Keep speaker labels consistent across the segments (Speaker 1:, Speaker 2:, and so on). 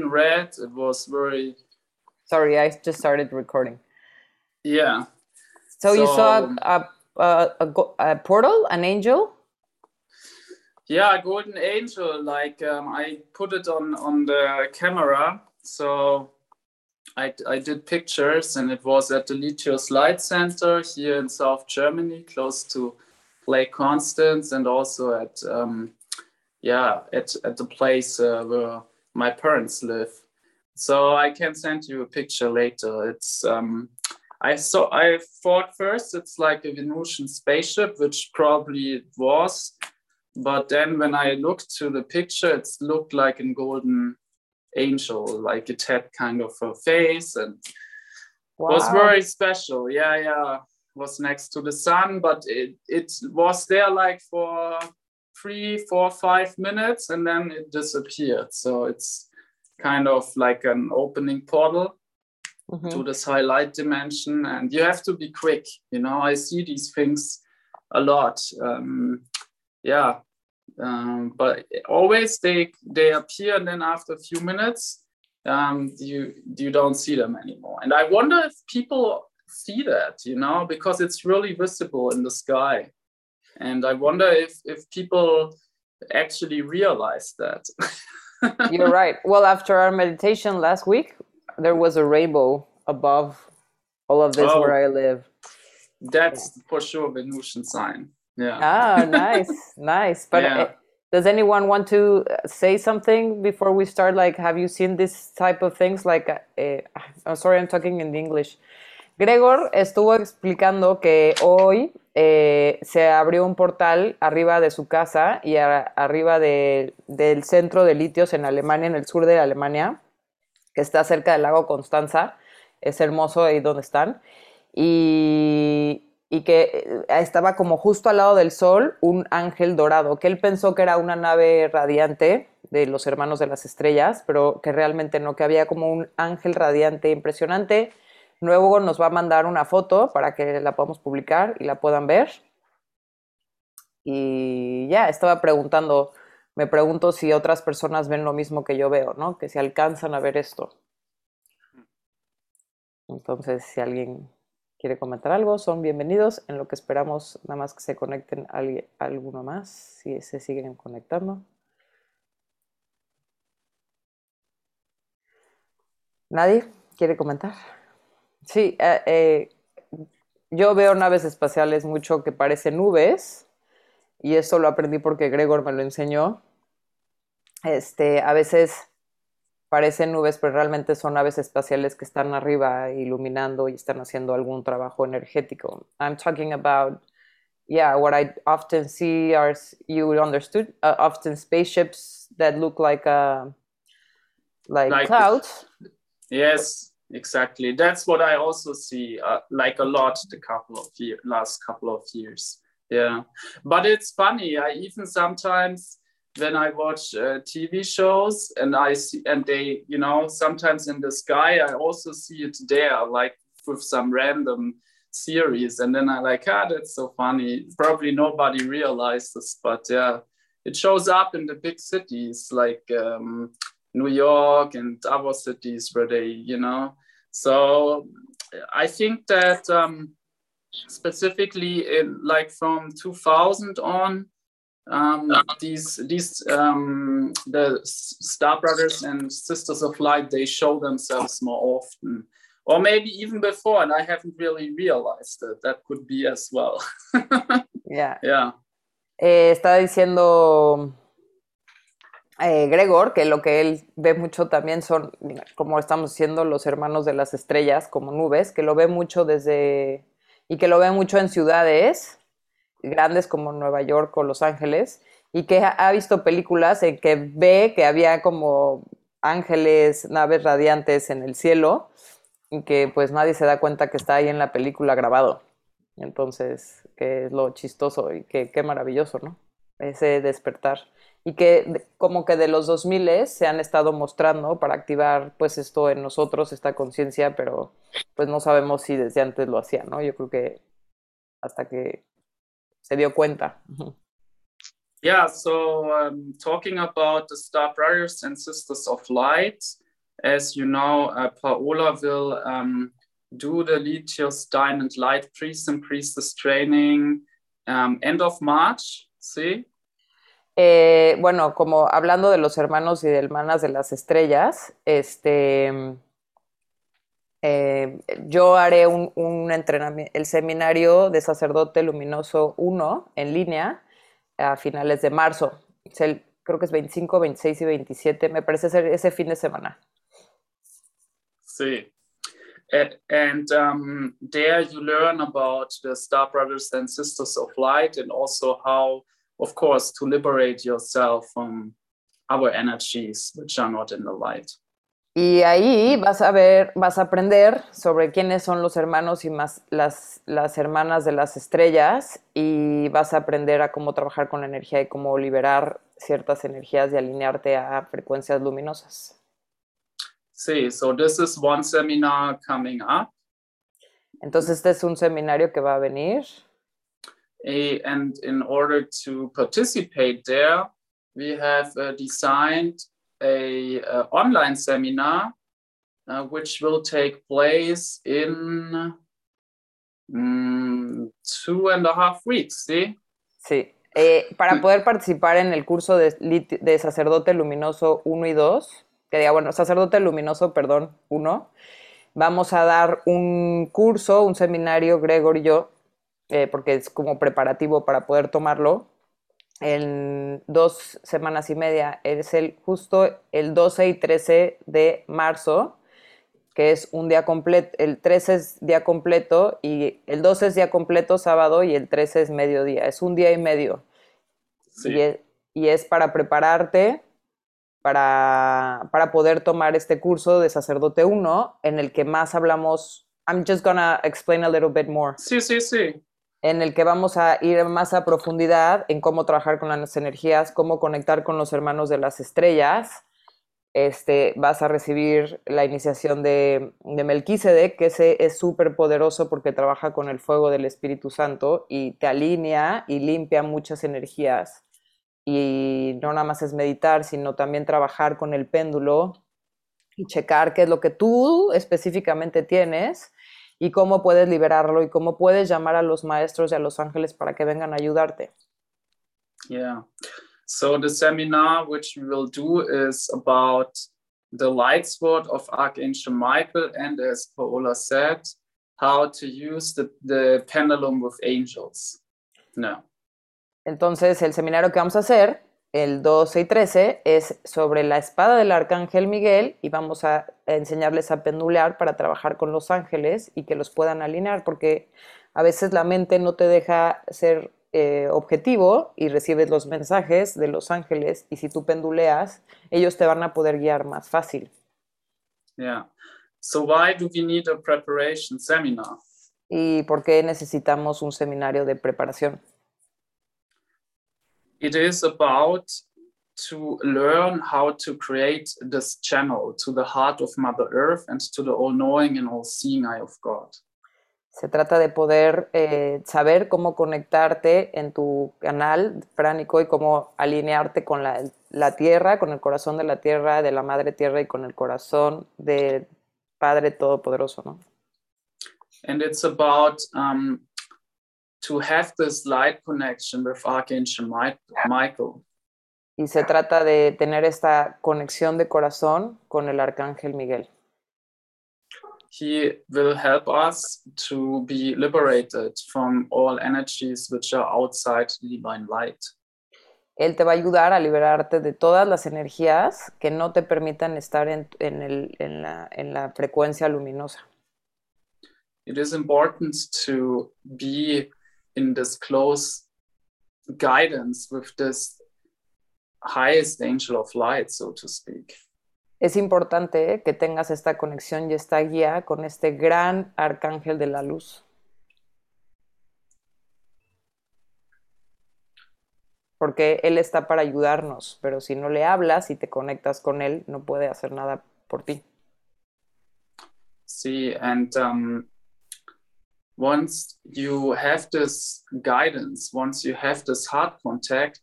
Speaker 1: read. It was very
Speaker 2: Sorry, I just started recording.
Speaker 1: yeah.
Speaker 2: So, you saw
Speaker 1: So-
Speaker 2: a, a, a, go- a portal, an angel?
Speaker 1: Yeah, Golden Angel. Like um, I put it on on the camera, so I I did pictures, and it was at the Litios Light Center here in South Germany, close to Lake Constance, and also at um, yeah at at the place uh, where my parents live. So I can send you a picture later. It's um, I saw I thought first it's like a Venusian spaceship, which probably it was but then when i looked to the picture it looked like a golden angel like it had kind of a face and was very special yeah yeah was next to the sun but it, it was there like for three four five minutes and then it disappeared so it's kind of like an opening portal
Speaker 2: Mhm.
Speaker 1: to this high light dimension and you have to be quick you know i see these things a lot um, yeah um, but always they they appear and then after a few minutes um, you you don't see them anymore and i wonder if people see that you know because it's really visible in the sky and i wonder if if people actually realize that
Speaker 2: You're right. Well, after our meditation last week, there was a rainbow above all of this
Speaker 1: Oh.
Speaker 2: where I live.
Speaker 1: that's for sure venusian sign yeah
Speaker 2: Ah, nice, nice. But
Speaker 1: Yeah.
Speaker 2: uh, does anyone want to uh, say something before we start? Like, have you seen this type of things? Like, uh, eh, I'm sorry, I'm talking in English. Gregor estuvo explicando que hoy eh, se abrió un portal arriba de su casa y a- arriba de- del centro de litios en Alemania, en el sur de Alemania, que está cerca del lago Constanza. Es hermoso ahí donde están. Y, y que eh, estaba como justo al lado del sol un ángel dorado, que él pensó que era una nave radiante de los hermanos de las estrellas, pero que realmente no, que había como un ángel radiante impresionante. Luego nos va a mandar una foto para que la podamos publicar y la puedan ver. Y ya, estaba preguntando, me pregunto si otras personas ven lo mismo que yo veo, ¿no? Que si alcanzan a ver esto. Entonces, si alguien quiere comentar algo, son bienvenidos. En lo que esperamos, nada más que se conecten alguien, alguno más, si se siguen conectando. ¿Nadie quiere comentar? Sí, eh, eh, yo veo naves espaciales mucho que parecen nubes, y eso lo aprendí porque Gregor me lo enseñó. Este, a veces parecen nubes, pero realmente son naves espaciales que están arriba iluminando y están haciendo algún trabajo energético. I'm talking about, yeah, what I often see are, you understood, uh, often spaceships that look like, uh, like,
Speaker 1: Like-
Speaker 2: clouds.
Speaker 1: Yes, exactly. That's what I also see, uh, like a lot the couple of year, last couple of years. Yeah, but it's funny. I even sometimes when I watch uh, TV shows and I see and they, you know, sometimes in the sky I also see it there, like with some random series, and then I like, ah, that's so funny. Probably nobody realizes, but yeah, it shows up in the big cities like. Um, New York and other cities where they, you know. So I think that um, specifically in like from 2000 on, um, these these um, the S- Star Brothers and Sisters of Light they show themselves more often, or maybe even before, and I haven't really realized it. That could be as well.
Speaker 2: Yeah.
Speaker 1: yeah.
Speaker 2: Eh, está diciendo eh, Gregor que lo que él ve mucho también son, como estamos diciendo, los hermanos de las estrellas, como nubes, que lo ve mucho desde, y que lo ve mucho en ciudades grandes como Nueva York o Los Ángeles, y que ha- ha visto películas en que ve que había como ángeles, naves radiantes en el cielo, y que pues nadie se da cuenta que está ahí en la película grabado. Entonces, que es lo chistoso y que qué maravilloso, ¿no? Ese despertar. Y que de- como que de los 2000 se han estado mostrando para activar pues esto en nosotros, esta conciencia, pero pues no sabemos si desde antes lo hacían, ¿no? Yo creo que hasta que se dio cuenta. Ujú.
Speaker 1: Yeah, so um, talking about the Star Brothers and Sisters of Light, as you know, uh, Paola will um, do the Lithios Diamond Light Priest and Priestess training um, end of March. See?
Speaker 2: Eh, bueno, como hablando de los hermanos y de hermanas de las estrellas, este, eh, yo haré un, un entrenamiento, el seminario de sacerdote luminoso 1 en línea a finales de marzo. Es el, creo que es 25, 26 y 27, me parece ser ese fin de semana.
Speaker 1: See. And, and um, there you learn about the Star Brothers and Sisters of Light and also how, of course, to liberate yourself from our energies which are not in the light.
Speaker 2: Y ahí vas a ver, vas a aprender sobre quiénes son los hermanos y más las, las hermanas de las estrellas y vas a aprender a cómo trabajar con la energía y cómo liberar ciertas energías y alinearte a frecuencias luminosas.
Speaker 1: Sí, so this is one seminar coming up.
Speaker 2: Entonces este es un seminario que va a venir
Speaker 1: Eh, and in order to participate there, we have uh, designed a uh, online seminar uh, which will take place in mm, two and a half weeks. See,
Speaker 2: Sí. Eh, para poder participar en el curso de, lit- de Sacerdote Luminoso 1 y 2, que diga, bueno, Sacerdote Luminoso, perdón, 1, vamos a dar un curso, un seminario, Gregor y yo, eh, porque es como preparativo para poder tomarlo, en dos semanas y media, es el, justo el 12 y 13 de marzo, que es un día completo, el 13 es día completo y el 12 es día completo sábado y el 13 es mediodía, es un día y medio.
Speaker 1: see.
Speaker 2: Y, es, y es para prepararte para, para poder tomar este curso de sacerdote 1 en el que más hablamos, I'm just gonna explain a little bit more,
Speaker 1: see, see, see.
Speaker 2: en el que vamos a ir más a profundidad en cómo trabajar con las energías, cómo conectar con los hermanos de las estrellas. Este, vas a recibir la iniciación de, de Melquisedec, que ese es súper poderoso porque trabaja con el fuego del Espíritu Santo y te alinea y limpia muchas energías. Y no nada más es meditar, sino también trabajar con el péndulo y checar qué es lo que tú específicamente tienes y cómo puedes liberarlo y cómo puedes llamar a los maestros y a los ángeles para que vengan a ayudarte.
Speaker 1: Yeah. So the seminar which we will do is about the light sword of Archangel Michael, and as Paola said, how to use the, the pendulum with angels. No.
Speaker 2: Entonces, el seminario que vamos a hacer, el 12 y 13, es sobre la espada del arcángel Miguel y vamos a enseñarles a pendular para trabajar con los ángeles y que los puedan alinear, porque a veces la mente no te deja ser eh, objetivo y recibes los mensajes de los ángeles y si tú penduleas, ellos te van a poder guiar más fácil.
Speaker 1: Yeah. So why do we need a preparation seminar?
Speaker 2: ¿Y por qué necesitamos un seminario de preparación?
Speaker 1: It is about to learn how to create this channel to the heart of Mother Earth and to the all-knowing and all-seeing eye of God.
Speaker 2: Se trata de poder eh, saber cómo conectarte en tu canal pránico y cómo alinearte con la, la tierra, con el corazón de la tierra, de la madre tierra y con el corazón del Padre Todopoderoso, ¿no?
Speaker 1: and it's about um, to have this light connection with Archangel Mi- Michael.
Speaker 2: Y se trata de tener esta conexión de corazón con el Arcángel Miguel.
Speaker 1: He will help us to be liberated from all energies which are outside the divine light.
Speaker 2: Él te va a ayudar a liberarte de todas las energías que no te permitan estar en, en el- en la- en la frecuencia luminosa.
Speaker 1: It is important to be in this close guidance with this highest angel of light, so to speak.
Speaker 2: Es importante que tengas esta conexión y esta guía con este gran arcángel de la luz. Porque él está para ayudarnos, pero si no le hablas y te conectas con él, no puede hacer nada por ti.
Speaker 1: See, and um, once you have this guidance, once you have this heart contact,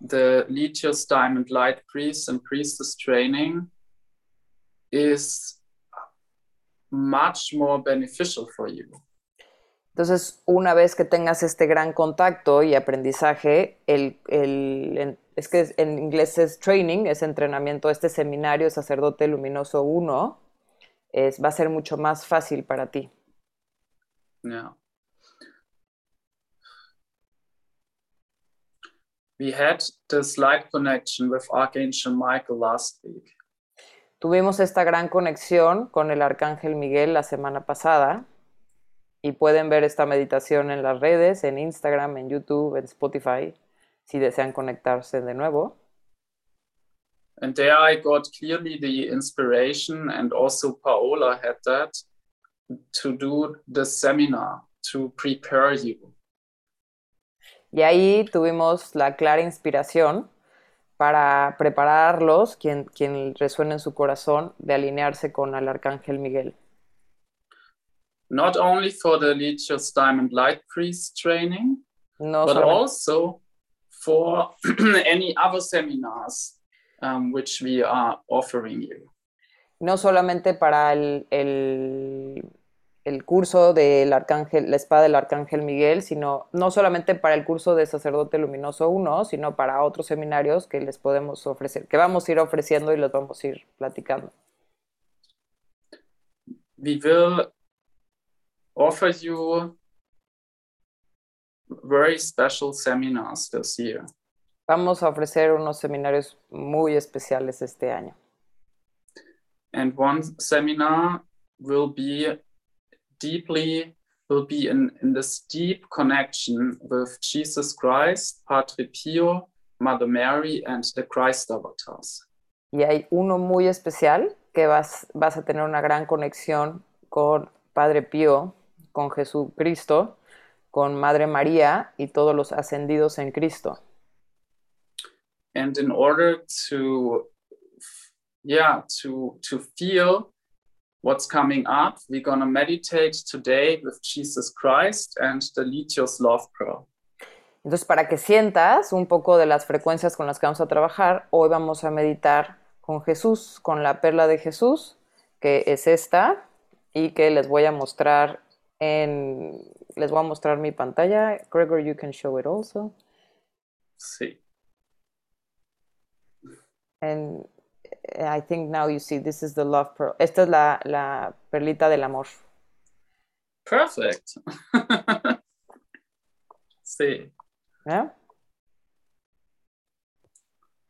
Speaker 1: the Litius Diamond Light Priest and Priestess training is much more beneficial for you.
Speaker 2: Entonces, una vez que tengas este gran contacto y aprendizaje, el, el- en- es que es- en inglés es training, es entrenamiento, este seminario Sacerdote Luminoso 1, es, va a ser mucho más fácil para ti.
Speaker 1: Yeah. We had the slight connection with Archangel Michael last week.
Speaker 2: Tuvimos esta gran conexión con el Arcángel Miguel la semana pasada y pueden ver esta meditación en las redes, en Instagram, en YouTube, en Spotify, si desean conectarse de nuevo.
Speaker 1: And there I got clearly the inspiration, and also Paola had that to do the seminar to prepare you.
Speaker 2: Y ahí tuvimos la clara inspiración para prepararlos, quien, quien resuene en su corazón, de alinearse con el Arcángel Miguel.
Speaker 1: Not only for the Legious Diamond Light Priest training,
Speaker 2: No
Speaker 1: but
Speaker 2: solamente-
Speaker 1: also for any other seminars um, which we are offering you.
Speaker 2: no solamente para el, el- el curso del arcángel, la espada del arcángel Miguel, sino no solamente para el curso de sacerdote luminoso 1, sino para otros seminarios que les podemos ofrecer, que vamos a ir ofreciendo y los vamos a ir platicando.
Speaker 1: we will offer you very special seminars this year.
Speaker 2: Vamos a ofrecer unos seminarios muy especiales este año.
Speaker 1: And one seminar will be deeply will be in, in this deep connection with Jesus Christ, Padre Pio, Mother Mary, and the Christ avatars.
Speaker 2: Y hay uno muy especial que vas, vas a tener una gran conexión con Padre Pío, con Jesucristo, con Madre María y todos los ascendidos en Cristo.
Speaker 1: and in order to yeah to to feel what's coming up we're gonna meditate today with jesus christ and the litios love pearl
Speaker 2: Entonces, para que sientas un poco de las frecuencias con las que vamos a trabajar, hoy vamos a meditar con Jesús, con la perla de Jesús, que es esta, y que les voy a mostrar en... Les voy a mostrar mi pantalla. Gregor, you can show it also.
Speaker 1: see
Speaker 2: And eh, I think now you see, this is the love pearl. Esta es la, la perlita del amor.
Speaker 1: perfect see
Speaker 2: ¿eh?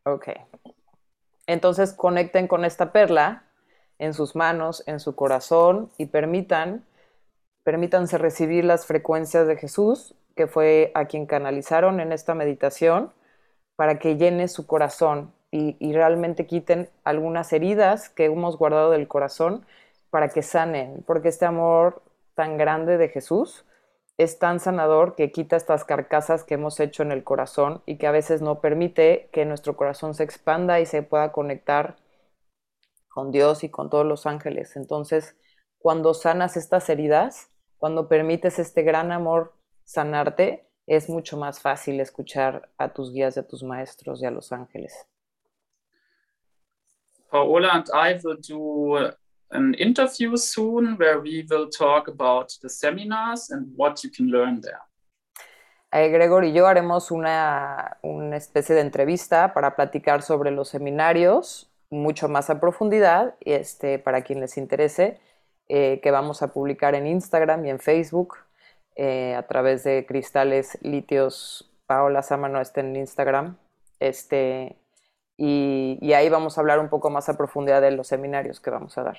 Speaker 2: Ok. Entonces conecten con esta perla en sus manos, en su corazón y permitan, permítanse recibir las frecuencias de Jesús, que fue a quien canalizaron en esta meditación, para que llene su corazón y, y realmente quiten algunas heridas que hemos guardado del corazón para que sanen, porque este amor tan grande de Jesús es tan sanador que quita estas carcasas que hemos hecho en el corazón y que a veces no permite que nuestro corazón se expanda y se pueda conectar con Dios y con todos los ángeles. Entonces, cuando sanas estas heridas, cuando permites este gran amor sanarte, es mucho más fácil escuchar a tus guías y a tus maestros y a los ángeles.
Speaker 1: paola and i will do an interview soon where we will talk about the seminars and what you can learn there
Speaker 2: Eh, Gregor y yo haremos una, una especie de entrevista para platicar sobre los seminarios mucho más a profundidad, y, este, para quien les interese, eh, que vamos a publicar en Instagram y en Facebook eh, a través de Cristales Litios. Paola Sámano está en Instagram. Este, y, y ahí vamos a hablar un poco más a profundidad de los seminarios que vamos a dar.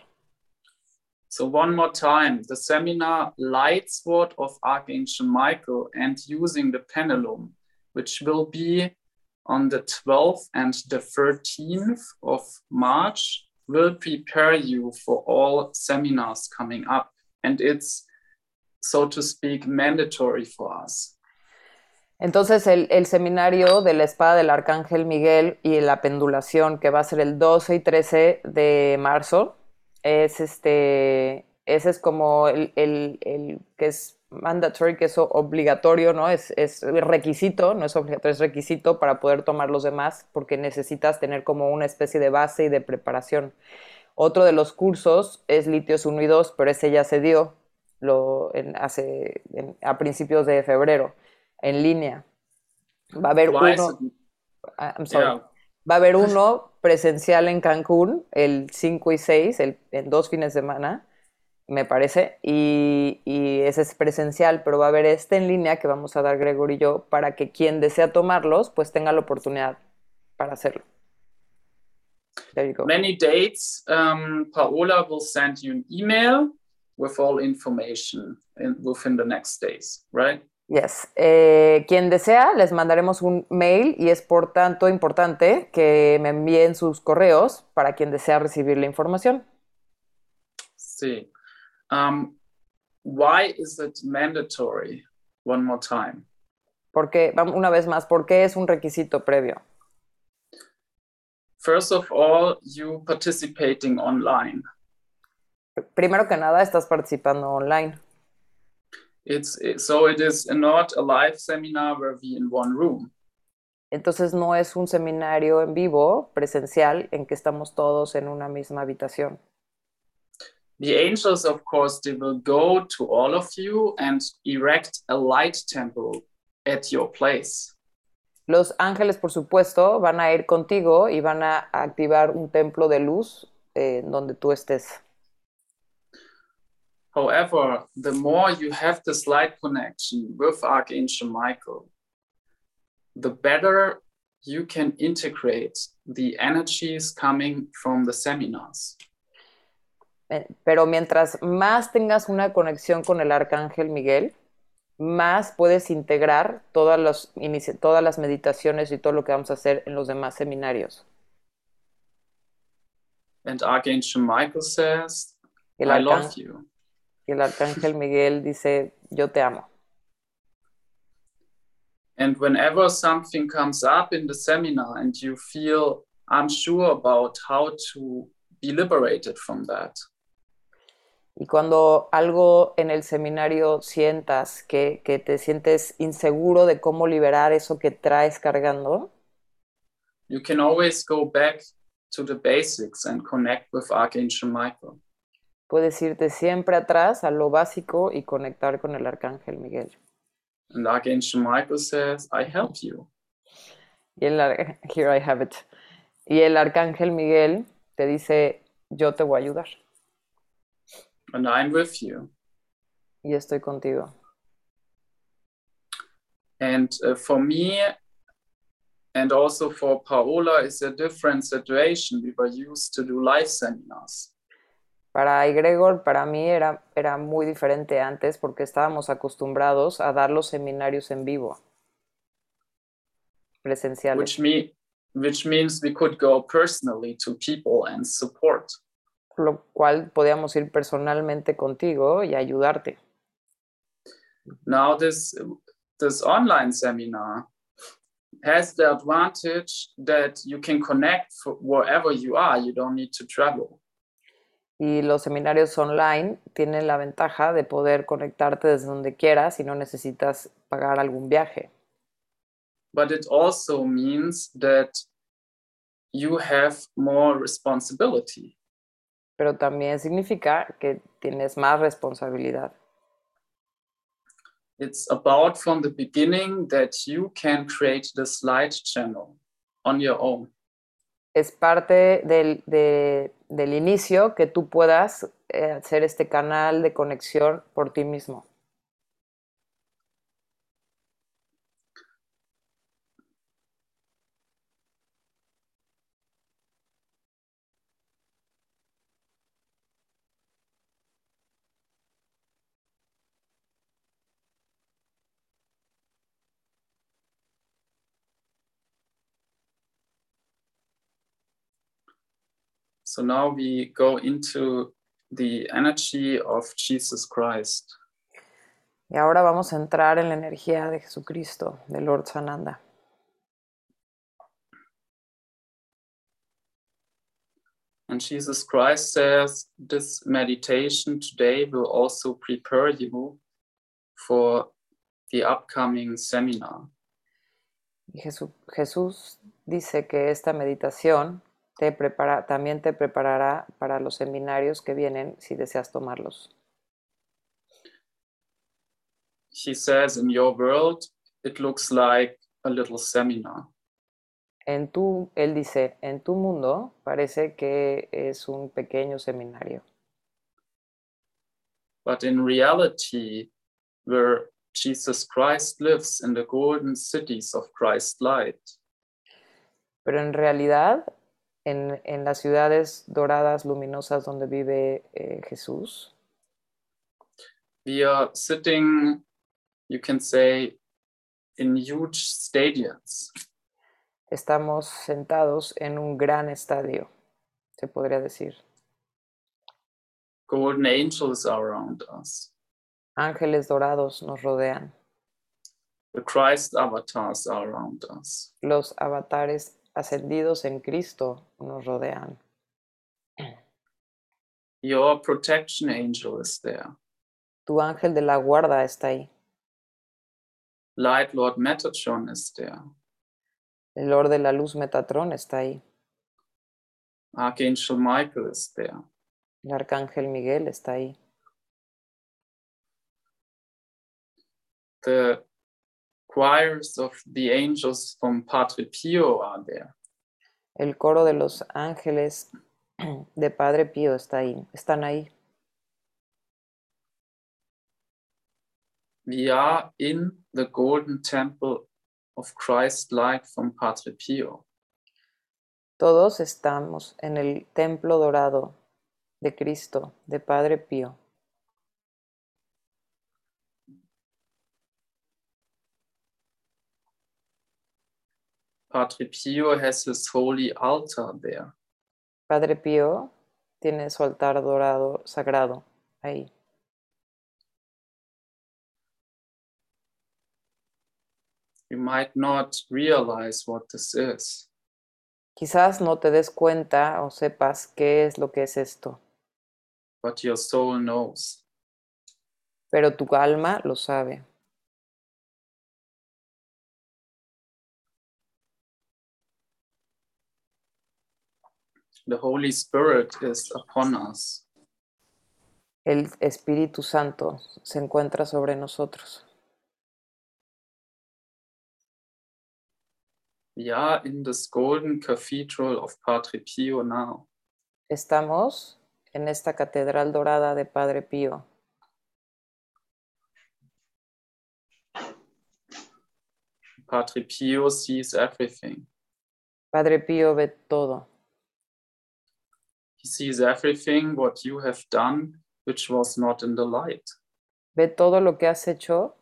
Speaker 1: So one more time, the seminar Light Sword of Archangel Michael and using the pendulum, which will be on the 12th and the 13th of March, will prepare you for all seminars coming up. And it's, so to speak, mandatory for us.
Speaker 2: Entonces el, el seminario de la espada del arcángel Miguel y la pendulación que va a ser el 12 y 13 de marzo es este ese es como el, el- el que es mandatory que es o- obligatorio no es, es requisito no es obligatorio es requisito para poder tomar los demás porque necesitas tener como una especie de base y de preparación Otro de los cursos es Litios 1 y 2, pero ese ya se dio lo, en, hace, en- a principios de febrero, en línea. Va a haber
Speaker 1: Why is
Speaker 2: uno.
Speaker 1: it-
Speaker 2: Ah, I'm sorry.
Speaker 1: Yeah.
Speaker 2: Va a haber uno presencial en Cancún el 5 y 6, el- en dos fines de semana, me parece, y, y ese es presencial, pero va a haber este en línea que vamos a dar Gregor y yo para que quien desea tomarlos, pues tenga la oportunidad para hacerlo. There you go.
Speaker 1: Many dates. Um, Paola will send you an email with all information in, within the next days, right?
Speaker 2: Yes. Eh, quien desea, les mandaremos un mail y es por tanto importante que me envíen sus correos para quien desea recibir la información.
Speaker 1: See. Um, why is it mandatory? One more time.
Speaker 2: Porque, vam- una vez más, ¿por qué es un requisito previo?
Speaker 1: First of all, you participating online.
Speaker 2: Primero que nada, estás participando online.
Speaker 1: It's it, so it is not a live seminar where we in one room.
Speaker 2: Entonces no es un seminario en vivo, presencial, en que estamos todos en una misma habitación.
Speaker 1: The angels, of course, they will go to all of you and erect a light temple at your place.
Speaker 2: Los ángeles, por supuesto, van a ir contigo y van a activar un templo de luz eh, en donde tú estés.
Speaker 1: However, the more you have this light connection with Archangel Michael, the better you can integrate the energies coming from the seminars.
Speaker 2: Eh, Pero mientras más tengas una conexión con el arcángel Miguel, más puedes integrar todas las, inici- todas las meditaciones y todo lo que vamos a hacer en los demás seminarios.
Speaker 1: And Archangel Michael says,
Speaker 2: El,
Speaker 1: I
Speaker 2: arcán-
Speaker 1: love you.
Speaker 2: y el arcángel Miguel dice, yo te amo.
Speaker 1: And whenever something comes up in the seminar and you feel unsure about how to be liberated from that,
Speaker 2: Y cuando algo en el seminario sientas que, que te sientes inseguro de cómo liberar eso que traes cargando,
Speaker 1: you can always go back to the basics and connect with Archangel Michael.
Speaker 2: puedes irte siempre atrás a lo básico y conectar con el arcángel Miguel.
Speaker 1: And Archangel Michael says, I help you.
Speaker 2: Y el, ar- here I have it. Y el arcángel Miguel te dice, yo te voy a ayudar
Speaker 1: and I'm with you.
Speaker 2: y estoy contigo.
Speaker 1: And uh, for me, and also for Paola, it's a different situation. We were used to do live seminars.
Speaker 2: Para Egregor, para mí era, era muy diferente antes porque estábamos acostumbrados a dar los seminarios en vivo, presenciales.
Speaker 1: Which me, which means we could go personally to people and support.
Speaker 2: lo cual podíamos ir personalmente contigo y ayudarte.
Speaker 1: Now this this online seminar has the advantage that you can connect for wherever you are. You don't need to travel.
Speaker 2: Y los seminarios online tienen la ventaja de poder conectarte desde donde quieras y no necesitas pagar algún viaje.
Speaker 1: But it also means that you have more responsibility.
Speaker 2: Pero también significa que tienes más responsabilidad.
Speaker 1: It's about from the beginning that you can create the slide channel on your own.
Speaker 2: Es parte del, de- del inicio que tú puedas eh, hacer este canal de conexión por ti mismo.
Speaker 1: So now we go into the energy of Jesus Christ.
Speaker 2: Y ahora vamos a entrar en la energía de Jesucristo, de Lord Sananda.
Speaker 1: And Jesus Christ says, This meditation today will also prepare you for the upcoming seminar.
Speaker 2: Y Jesu- Jesús dice que esta meditación te prepara, también te preparará para los seminarios que vienen si deseas tomarlos.
Speaker 1: He says, in your world, it looks like a little seminar.
Speaker 2: En tu, él dice, en tu mundo parece que es un pequeño seminario,
Speaker 1: But in reality, where Jesus Christ lives in the golden cities of Christ's light,
Speaker 2: pero en realidad en, en las ciudades doradas, luminosas donde vive eh, Jesús,
Speaker 1: we are sitting, you can say, in huge stadiums.
Speaker 2: estamos sentados en un gran estadio, se podría decir.
Speaker 1: Golden angels are around us.
Speaker 2: Ángeles dorados nos rodean,
Speaker 1: The Christ avatars are around us.
Speaker 2: los avatares ascendidos en Cristo nos rodean.
Speaker 1: Your protection angel is there.
Speaker 2: Tu ángel de la guarda está ahí.
Speaker 1: Light Lord Metatron is there.
Speaker 2: El Lord de la Luz Metatrón está ahí.
Speaker 1: Archangel Michael is there.
Speaker 2: El Arcángel Miguel está ahí.
Speaker 1: The choirs of the angels from Padre Pio are there.
Speaker 2: El coro de los ángeles de Padre Pío está ahí. Están ahí.
Speaker 1: We are in the golden temple of Christ light from Padre Pio.
Speaker 2: Todos estamos en el templo dorado de Cristo, de Padre Pío.
Speaker 1: Padre Pio has his holy altar there.
Speaker 2: Padre Pío tiene su altar dorado sagrado ahí.
Speaker 1: You might not realize what this is.
Speaker 2: Quizás no te des cuenta o sepas qué es lo que es esto,
Speaker 1: but your soul knows.
Speaker 2: pero tu alma lo sabe.
Speaker 1: The Holy Spirit is upon us.
Speaker 2: El Espíritu Santo se encuentra sobre nosotros.
Speaker 1: We are in this golden cathedral of Padre Pio now.
Speaker 2: Estamos en esta catedral dorada de Padre Pío.
Speaker 1: Padre Pio sees everything.
Speaker 2: Padre Pío ve todo.
Speaker 1: He sees everything what you have done, which was not in the light.
Speaker 2: Ve todo lo que has hecho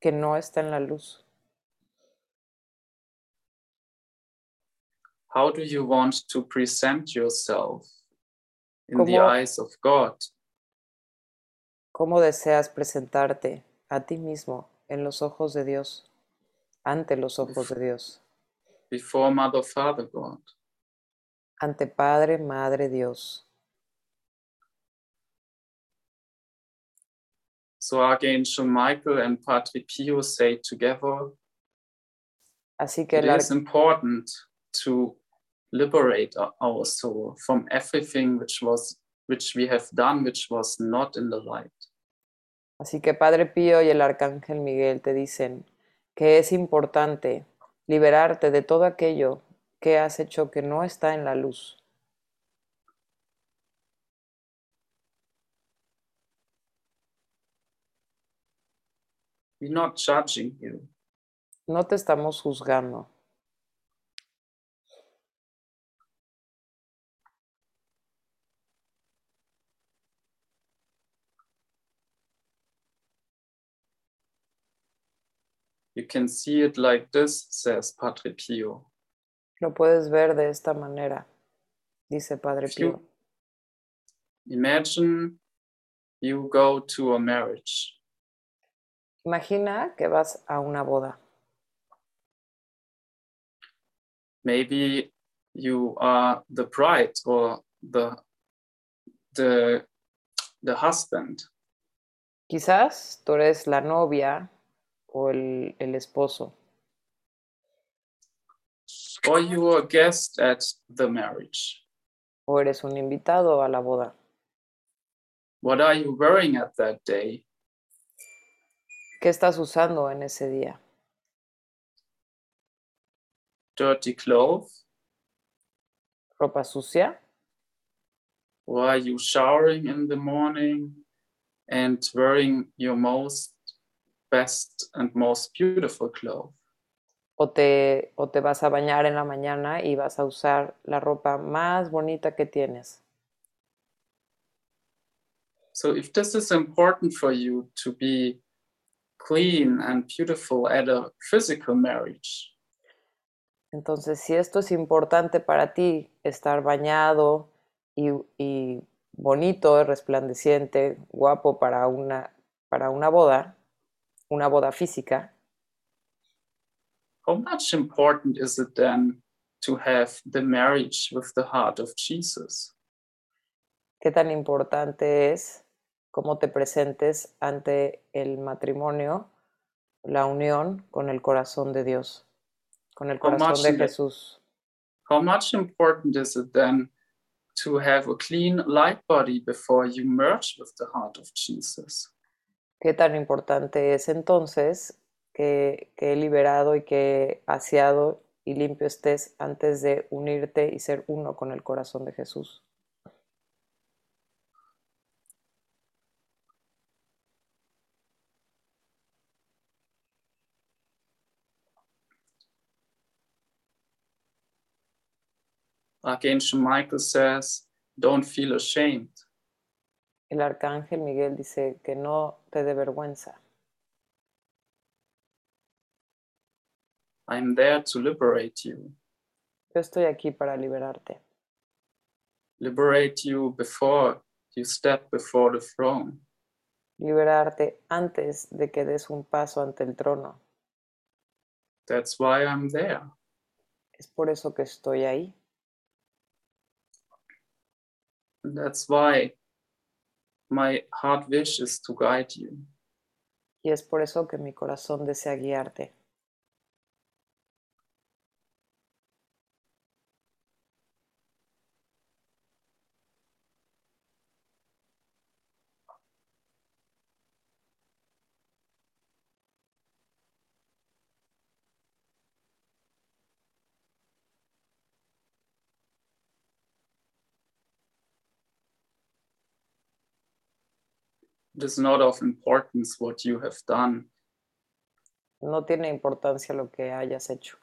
Speaker 2: que no está en la luz.
Speaker 1: How do you want to present yourself in the
Speaker 2: Como-
Speaker 1: eyes of God?
Speaker 2: ¿Cómo deseas presentarte a ti mismo en los ojos de Dios, ante los ojos de Dios,
Speaker 1: Before Mother, Father, God.
Speaker 2: ante Padre, Madre, Dios?
Speaker 1: So Archangel Michael and Padre Pio say together,
Speaker 2: Así que
Speaker 1: It
Speaker 2: el
Speaker 1: is
Speaker 2: arcángel
Speaker 1: important to liberate o- our soul from everything which was which we have done which was not in the light
Speaker 2: Así que Padre Pío y el Arcángel Miguel te dicen que es importante liberarte de todo aquello que has hecho que no está en la luz.
Speaker 1: we're not judging you
Speaker 2: No te estamos juzgando,
Speaker 1: you can see it like this says padre pio
Speaker 2: lo puedes ver de esta manera, dice Padre
Speaker 1: Sí.
Speaker 2: Pío.
Speaker 1: imagine you go to a marriage
Speaker 2: Imagina que vas a una boda.
Speaker 1: maybe you are the bride or the the the husband
Speaker 2: Quizás tú eres la novia o el, el esposo
Speaker 1: or you were a guest at the marriage?
Speaker 2: o eres un invitado a la boda.
Speaker 1: What are you wearing at that day?
Speaker 2: ¿Qué estás usando en ese día?
Speaker 1: Dirty clothes?
Speaker 2: ¿Ropa sucia?
Speaker 1: Or are you showering in the morning and wearing your most best and most beautiful clothes?
Speaker 2: ¿O te, ¿O te vas a bañar en la mañana y vas a usar la ropa más bonita que tienes?
Speaker 1: So if this is important for you to be clean and beautiful at a physical marriage,
Speaker 2: Entonces, si esto es importante para ti, estar bañado y, y bonito, resplandeciente, guapo para una, para una boda, una boda física,
Speaker 1: how much important is it then to have the marriage with the heart of Jesus?
Speaker 2: ¿qué tan importante es cómo te presentes ante el matrimonio, la unión con el corazón de Dios, con el
Speaker 1: Con
Speaker 2: corazón de
Speaker 1: Marcelo.
Speaker 2: Jesús?
Speaker 1: How much important is it then to have a clean light body before you merge with the heart of Jesus?
Speaker 2: ¿Qué tan importante es entonces que, que he liberado y que aseado y limpio estés antes de unirte y ser uno con el corazón de Jesús?
Speaker 1: Archangel Michael says, Don't feel ashamed.
Speaker 2: El arcángel Miguel dice que no te dé vergüenza.
Speaker 1: I'm there to liberate you.
Speaker 2: Yo estoy aquí para liberarte.
Speaker 1: Liberate you before you step before the throne.
Speaker 2: Liberarte antes de que des un paso ante el trono.
Speaker 1: That's why I'm there.
Speaker 2: Es por eso que estoy ahí.
Speaker 1: And that's why my heart wish is to guide you.
Speaker 2: Y es por eso que mi corazón desea guiarte.
Speaker 1: It is not of importance what you have done,
Speaker 2: No tiene importancia lo que hayas hecho.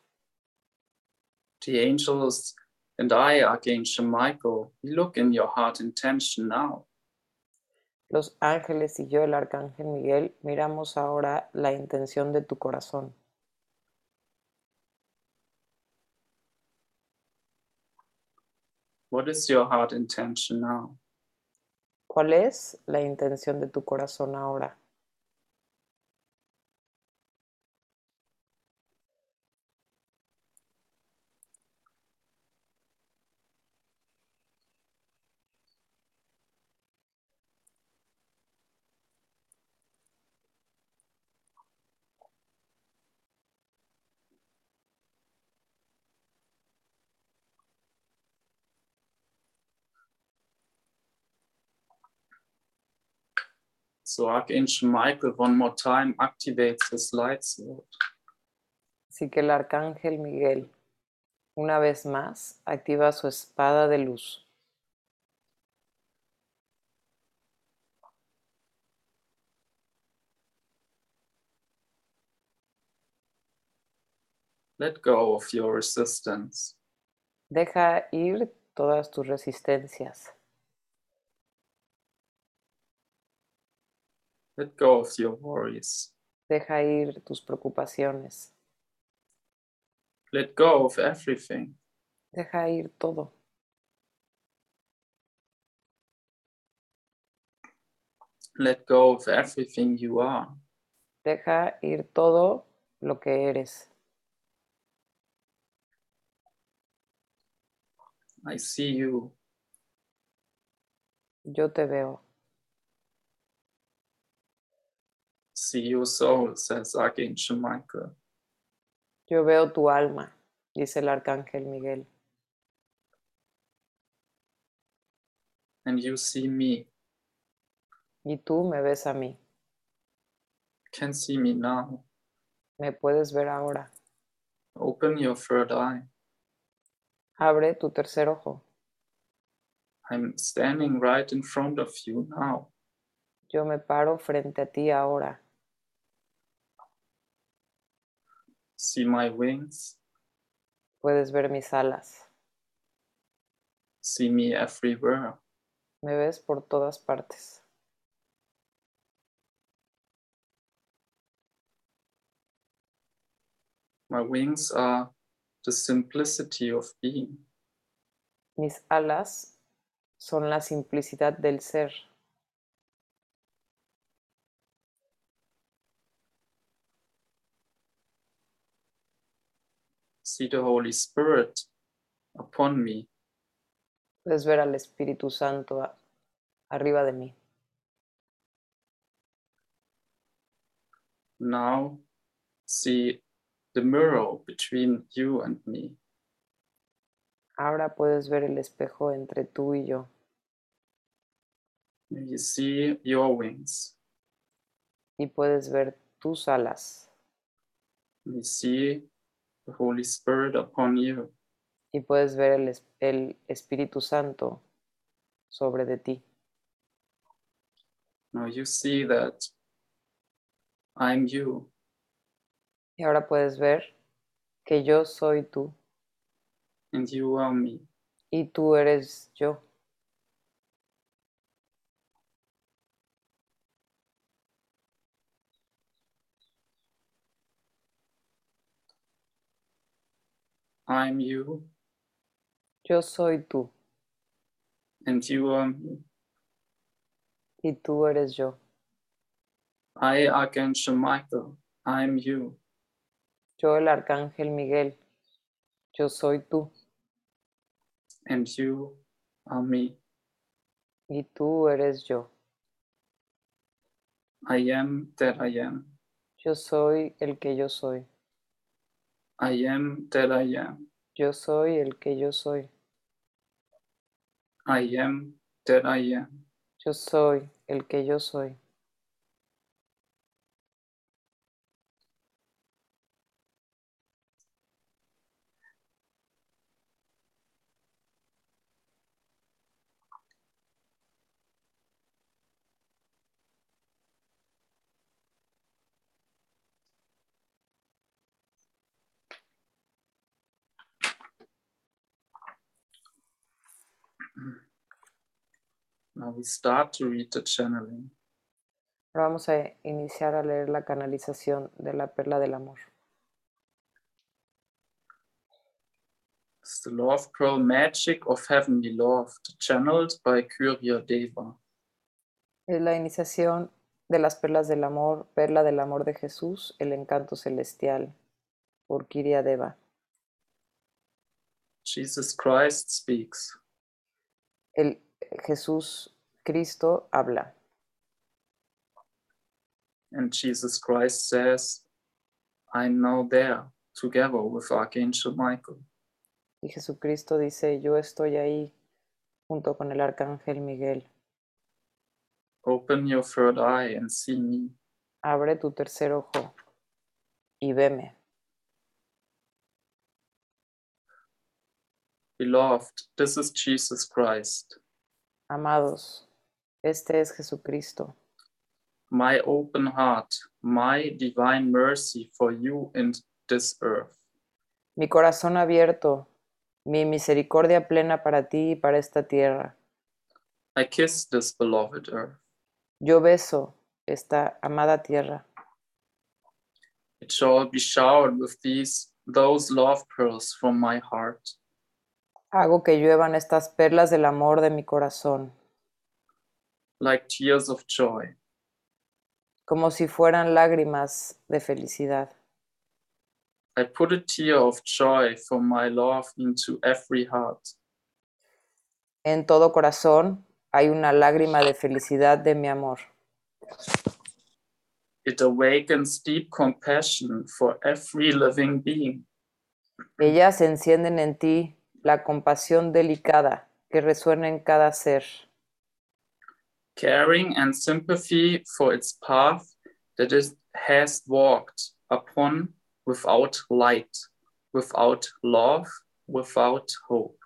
Speaker 1: the angels and I, Archangel Michael, we look in your heart intention now.
Speaker 2: Los ángeles y yo, el arcángel Miguel, miramos ahora la intención de tu corazón.
Speaker 1: What is your heart intention now?
Speaker 2: ¿Cuál es la intención de tu corazón ahora?
Speaker 1: So Archangel Michael, one more time, activates his light sword.
Speaker 2: Así que el arcángel Miguel, una vez más, activa su espada de luz.
Speaker 1: Let go of your resistance.
Speaker 2: Deja ir todas tus resistencias.
Speaker 1: Let go of your worries.
Speaker 2: Deja ir tus preocupaciones.
Speaker 1: Let go of everything.
Speaker 2: Deja ir todo.
Speaker 1: Let go of everything you are.
Speaker 2: Deja ir todo lo que eres.
Speaker 1: I see you.
Speaker 2: Yo te veo.
Speaker 1: See your soul, says Archangel Michael.
Speaker 2: Yo veo tu alma, dice el arcángel Miguel.
Speaker 1: and you see me.
Speaker 2: Y tú me ves a mí.
Speaker 1: Can see me now.
Speaker 2: Me puedes ver ahora.
Speaker 1: Open your third eye.
Speaker 2: Abre tu tercer ojo.
Speaker 1: I'm standing right in front of you now.
Speaker 2: Yo me paro frente a ti ahora.
Speaker 1: See my wings.
Speaker 2: Puedes ver mis alas.
Speaker 1: See me everywhere.
Speaker 2: Me ves por todas partes.
Speaker 1: My wings are the simplicity of being.
Speaker 2: Mis alas son la simplicidad del ser.
Speaker 1: See the Holy Spirit upon me.
Speaker 2: Puedes ver al Espíritu Santo a- arriba de mí.
Speaker 1: Now see the mirror between you and me.
Speaker 2: Ahora puedes ver el espejo entre tú y yo.
Speaker 1: You see your wings.
Speaker 2: Y puedes ver tus alas.
Speaker 1: You see the Holy Spirit upon you.
Speaker 2: Y puedes ver el, es- el Espíritu Santo sobre de ti.
Speaker 1: Now you see that I'm you.
Speaker 2: Y ahora puedes ver que yo soy tú
Speaker 1: and you are me.
Speaker 2: y tú eres yo.
Speaker 1: I'm you,
Speaker 2: Yo soy tú
Speaker 1: and you are me.
Speaker 2: y tú eres yo.
Speaker 1: I, Archangel Michael, I'm you,
Speaker 2: Yo el arcángel Miguel. Yo soy tú
Speaker 1: and you are me.
Speaker 2: y tú eres yo.
Speaker 1: I am that I am.
Speaker 2: Yo soy el que yo soy.
Speaker 1: I am that I am.
Speaker 2: Yo soy el que yo soy.
Speaker 1: I am that I am.
Speaker 2: Yo soy el que yo soy.
Speaker 1: Now we start to read the channeling.
Speaker 2: Ahora vamos a iniciar a leer la canalización de la perla del amor.
Speaker 1: It's the love pearl magic of heavenly love, channeled by Kyria Deva.
Speaker 2: Es la iniciación de las perlas del amor, perla del amor de Jesús, el encanto celestial, por Kiria Deva.
Speaker 1: Jesus Christ speaks.
Speaker 2: El Jesús Cristo habla
Speaker 1: And Jesus Christ says, I'm now there together with Archangel Michael.
Speaker 2: y Jesucristo dice, yo estoy ahí junto con el arcángel Miguel.
Speaker 1: Open your third eye and see me.
Speaker 2: Abre tu tercer ojo y veme.
Speaker 1: Beloved, this is Jesus Christ.
Speaker 2: Amados, este es Jesucristo,
Speaker 1: My open heart, my divine mercy for you in this earth.
Speaker 2: mi corazón abierto, mi misericordia plena para ti y para esta tierra.
Speaker 1: I kiss this beloved earth.
Speaker 2: Yo beso esta amada tierra.
Speaker 1: It shall be showered with these those love pearls from my heart.
Speaker 2: Hago que lluevan estas perlas del amor de mi corazón,
Speaker 1: Like tears of joy,
Speaker 2: como si fueran lágrimas de felicidad.
Speaker 1: I put a tear of joy for my love into every heart.
Speaker 2: En todo corazón hay una lágrima de felicidad de mi amor.
Speaker 1: It awakens deep compassion for every living being.
Speaker 2: Ellas encienden en ti la compasión delicada que resuena en cada ser.
Speaker 1: caring and sympathy for its path that it has walked upon without light, without love, without hope.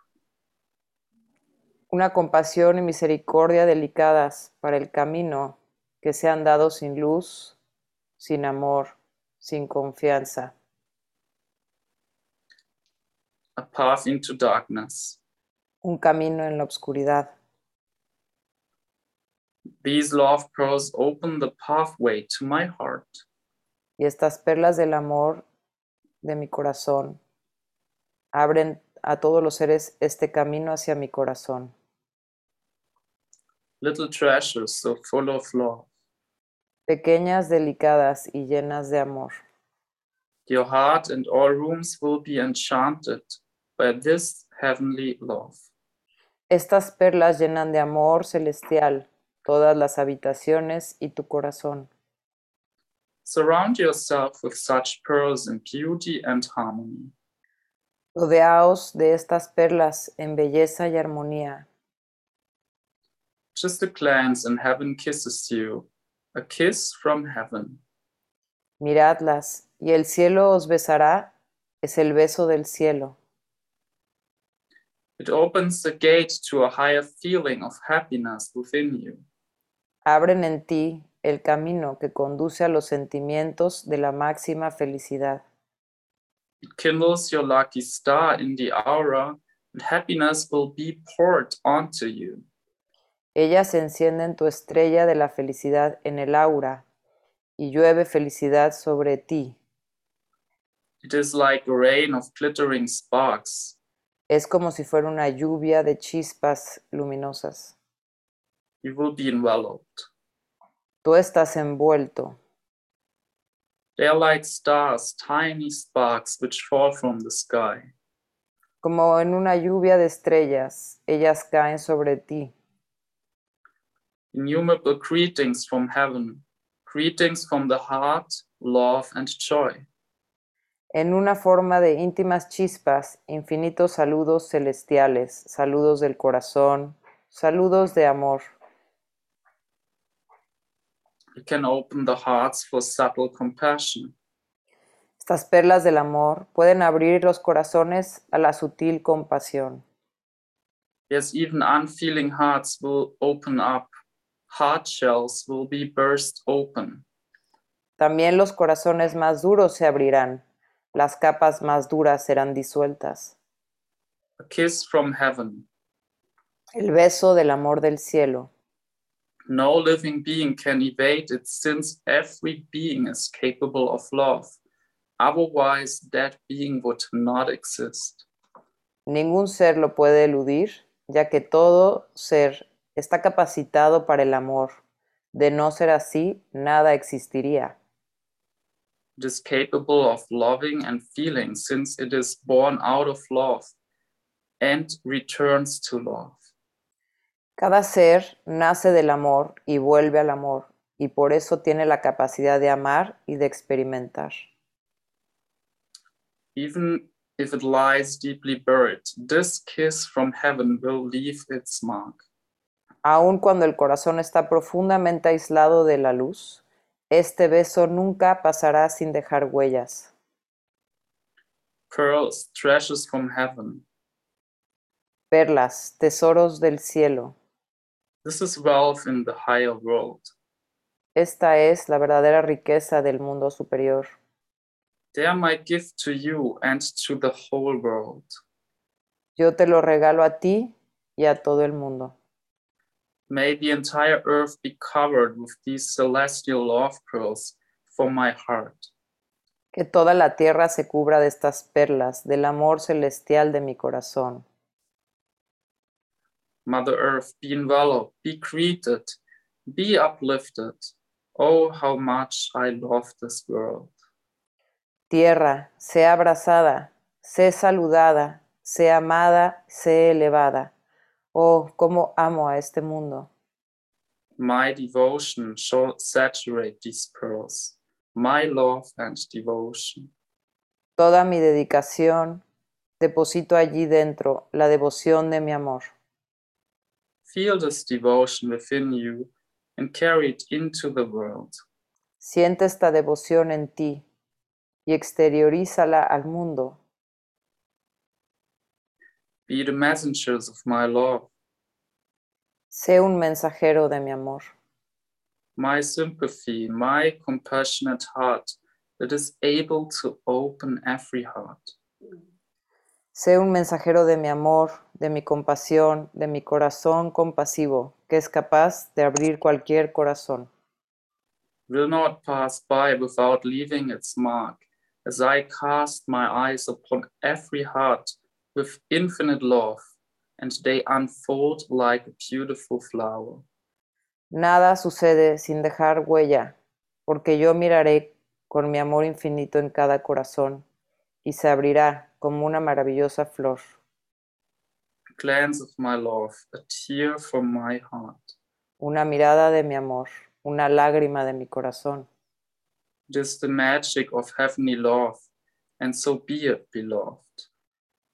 Speaker 2: Una compasión y misericordia delicadas para el camino que se han dado sin luz, sin amor, sin confianza.
Speaker 1: A path into darkness.
Speaker 2: Un camino en la oscuridad.
Speaker 1: These love pearls open the pathway to my heart.
Speaker 2: Y estas perlas del amor de mi corazón abren a todos los seres este camino hacia mi corazón.
Speaker 1: Little treasures so full of love.
Speaker 2: Pequeñas, delicadas y llenas de amor.
Speaker 1: Your heart and all rooms will be enchanted by this heavenly love.
Speaker 2: Estas perlas llenan de amor celestial todas las habitaciones y tu corazón.
Speaker 1: Surround yourself with such pearls in beauty and harmony.
Speaker 2: Rodeaos de estas perlas en belleza y armonía.
Speaker 1: Just a glance in heaven kisses you, a kiss from heaven.
Speaker 2: Miradlas y el cielo os besará, es el beso del cielo.
Speaker 1: It opens the gate to a higher feeling of happiness within you.
Speaker 2: Abren en ti el camino que conduce a los sentimientos de la máxima felicidad.
Speaker 1: It kindles your lucky star in the aura, and happiness will be poured onto you.
Speaker 2: Ellas encienden tu estrella de la felicidad en el aura y llueve felicidad sobre ti.
Speaker 1: It is like a rain of glittering sparks.
Speaker 2: Es como si fuera una lluvia de chispas luminosas.
Speaker 1: You will be enveloped.
Speaker 2: Tú estás envuelto.
Speaker 1: They are like stars, tiny sparks which fall from the sky.
Speaker 2: Como en una lluvia de estrellas, ellas caen sobre ti.
Speaker 1: Innumerable greetings from heaven, greetings from the heart, love, and joy.
Speaker 2: En una forma de íntimas chispas, infinitos saludos celestiales, saludos del corazón, saludos de amor.
Speaker 1: You can open the hearts for subtle compassion.
Speaker 2: Estas perlas del amor pueden abrir los corazones a la sutil compasión.
Speaker 1: Yes, even unfeeling hearts will open up. Heart shells will be burst open.
Speaker 2: También los corazones más duros se abrirán, las capas más duras serán disueltas.
Speaker 1: A kiss from heaven.
Speaker 2: El beso del amor del cielo.
Speaker 1: No living being can evade it since every being is capable of love. Otherwise, that being would not exist.
Speaker 2: Ningún ser lo puede eludir, ya que todo ser está capacitado para el amor. De no ser así, nada existiría.
Speaker 1: It is capable of loving and feeling since it is born out of love and returns to love.
Speaker 2: Cada ser nace del amor y vuelve al amor, y por eso tiene la capacidad de amar y de experimentar.
Speaker 1: Even if it lies deeply buried, this kiss from heaven will leave its mark.
Speaker 2: Aun cuando el corazón está profundamente aislado de la luz, este beso nunca pasará sin dejar huellas.
Speaker 1: Pearls, treasures from heaven.
Speaker 2: Perlas, tesoros del cielo,
Speaker 1: This is wealth in the higher world.
Speaker 2: esta es la verdadera riqueza del mundo superior.
Speaker 1: They are my gift to you and to the whole world.
Speaker 2: Yo te lo regalo a ti y a todo el mundo.
Speaker 1: May the entire earth be covered with these celestial love pearls from my heart.
Speaker 2: Que toda la tierra se cubra de estas perlas del amor celestial de mi corazón.
Speaker 1: Mother Earth, be enveloped, be greeted, be uplifted. Oh, how much I love this world.
Speaker 2: Tierra, sé abrazada, sé saludada, sé amada, sé elevada. Oh, cómo amo a este mundo.
Speaker 1: My devotion shall saturate these pearls, my love and devotion.
Speaker 2: Toda mi dedicación deposito allí dentro la devoción de mi amor.
Speaker 1: Feel this devotion within you and carry it into the world.
Speaker 2: Siente esta devoción en ti y exteriorízala al mundo.
Speaker 1: Be the messengers of my love,
Speaker 2: Sé un mensajero de mi amor.
Speaker 1: my sympathy, my compassionate heart that is able to open every heart.
Speaker 2: Sé un mensajero de mi amor, de mi compasión, de mi corazón compasivo, que es capaz de abrir cualquier corazón.
Speaker 1: Will not pass by without leaving its mark, as I cast my eyes upon every heart with infinite love, and they unfold like a beautiful flower.
Speaker 2: Nada sucede sin dejar huella, porque yo miraré con mi amor infinito en cada corazón y se abrirá como una maravillosa flor.
Speaker 1: glance of my love, a tear from my heart.
Speaker 2: Una mirada de mi amor, una lágrima de mi corazón.
Speaker 1: It is the magic of heavenly love, and so be it, beloved.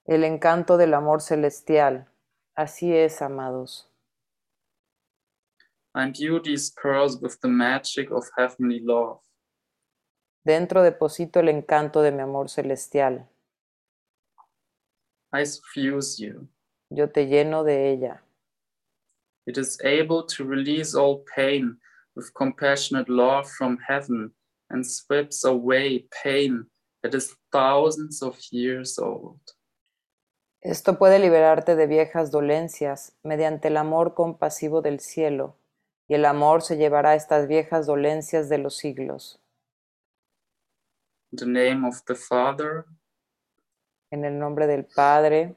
Speaker 2: El encanto del amor celestial. Así es, amados.
Speaker 1: I imbue these pearls with the magic of heavenly love.
Speaker 2: Dentro deposito el encanto de mi amor celestial.
Speaker 1: I suffuse you.
Speaker 2: Yo te lleno de ella.
Speaker 1: It is able to release all pain with compassionate love from heaven and sweeps away pain that is thousands of years old.
Speaker 2: Esto puede liberarte de viejas dolencias mediante el amor compasivo del cielo, y el amor se llevará estas viejas dolencias de los siglos.
Speaker 1: In the name of the Father,
Speaker 2: En el nombre del Padre,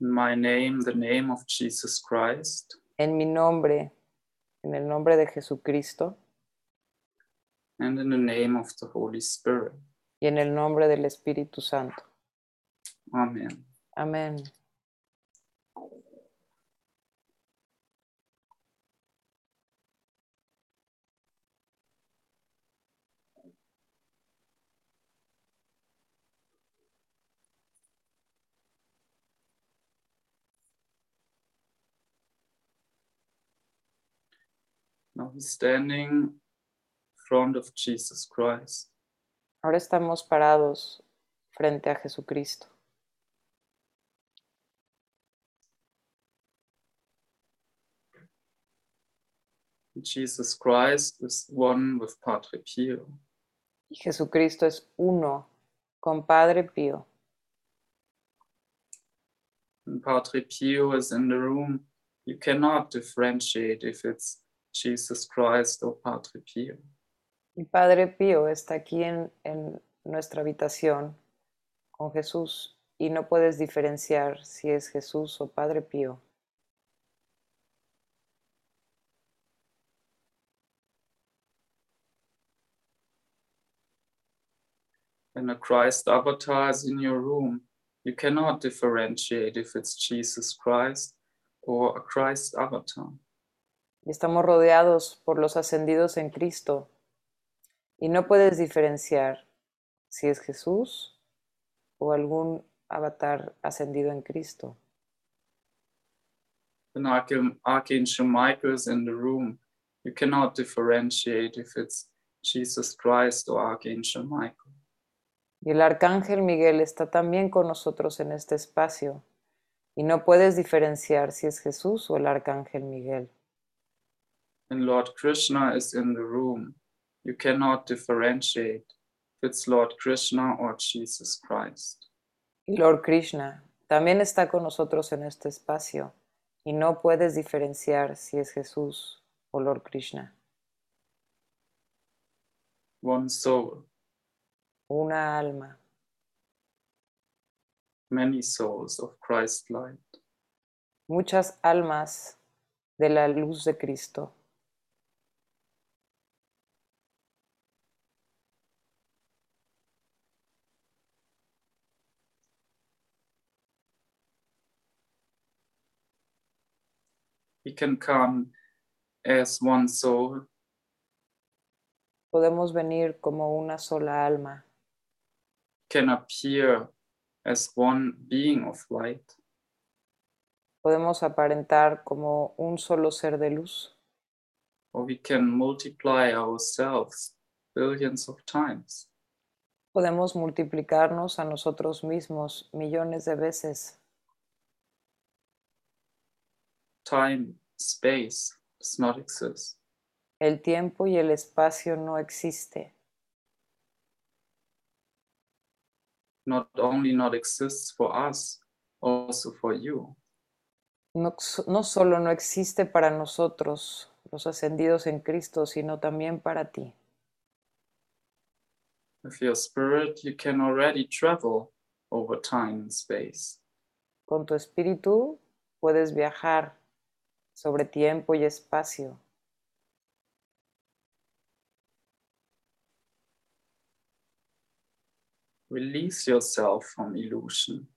Speaker 1: in my name, the name of Jesus Christ,
Speaker 2: en mi nombre, en el nombre de Jesucristo
Speaker 1: and in the name of the Holy Spirit.
Speaker 2: y en el nombre del Espíritu Santo.
Speaker 1: Amen.
Speaker 2: Amén.
Speaker 1: Now he's standing in front of Jesus Christ.
Speaker 2: Ahora estamos parados frente a Jesucristo.
Speaker 1: Jesus Christ is one with Padre Pio.
Speaker 2: Y Jesucristo es uno con Padre Pío.
Speaker 1: And Padre Pio is in the room. You cannot differentiate if it's Jesus Christ or Padre Pio.
Speaker 2: Y Padre Pío está aquí en, en nuestra habitación con Jesús y no puedes diferenciar si es Jesús o Padre Pío.
Speaker 1: And a Christ avatar is in your room. You cannot differentiate if it's Jesus Christ or a Christ avatar.
Speaker 2: Y estamos rodeados por los ascendidos en Cristo y no puedes diferenciar si es Jesús o algún avatar ascendido en Cristo.
Speaker 1: And Arch- Archangel Michael is in the room. You cannot differentiate if it's Jesus Christ or Archangel Michael.
Speaker 2: Y el arcángel Miguel está también con nosotros en este espacio y no puedes diferenciar si es Jesús o el arcángel Miguel.
Speaker 1: and Lord Krishna is in the room, you cannot differentiate if it's Lord Krishna or Jesus Christ.
Speaker 2: Y Lord Krishna también está con nosotros en este espacio y no puedes diferenciar si es Jesús o Lord Krishna.
Speaker 1: One soul,
Speaker 2: Una alma,
Speaker 1: many souls of Christ light.
Speaker 2: muchas almas de la luz de Cristo.
Speaker 1: We can come as one soul
Speaker 2: Podemos venir como una sola alma
Speaker 1: can appear as one being of light.
Speaker 2: Podemos aparentar como un solo ser de luz
Speaker 1: or we can multiply ourselves billions of times.
Speaker 2: podemos multiplicarnos a nosotros mismos millones de veces.
Speaker 1: Time, space does not exist.
Speaker 2: El tiempo y el espacio no existe.
Speaker 1: Not only not exists for us, also for you.
Speaker 2: No, s- no solo no existe para nosotros, los ascendidos en Cristo, sino también para ti.
Speaker 1: With your spirit, you can already travel over time and space.
Speaker 2: Con tu espíritu puedes viajar sobre tiempo y espacio.
Speaker 1: Release yourself from illusion.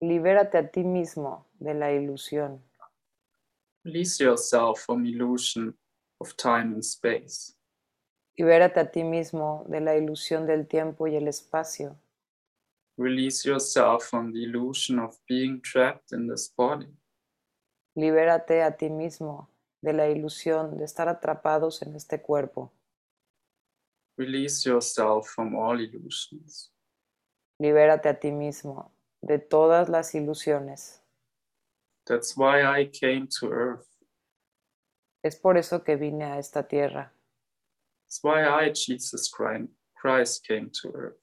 Speaker 2: Libérate a ti mismo de la ilusión.
Speaker 1: Release yourself from illusion of time and space.
Speaker 2: Libérate a ti mismo de la ilusión del tiempo y el espacio.
Speaker 1: Release yourself from the illusion of being trapped in this body.
Speaker 2: Libérate a ti mismo de la ilusión de estar atrapados en este cuerpo.
Speaker 1: Release yourself from all illusions.
Speaker 2: Libérate a ti mismo de todas las ilusiones.
Speaker 1: That's why I came to Earth.
Speaker 2: Es por eso que vine a esta tierra.
Speaker 1: That's why I, Jesus Christ, Christ came to Earth.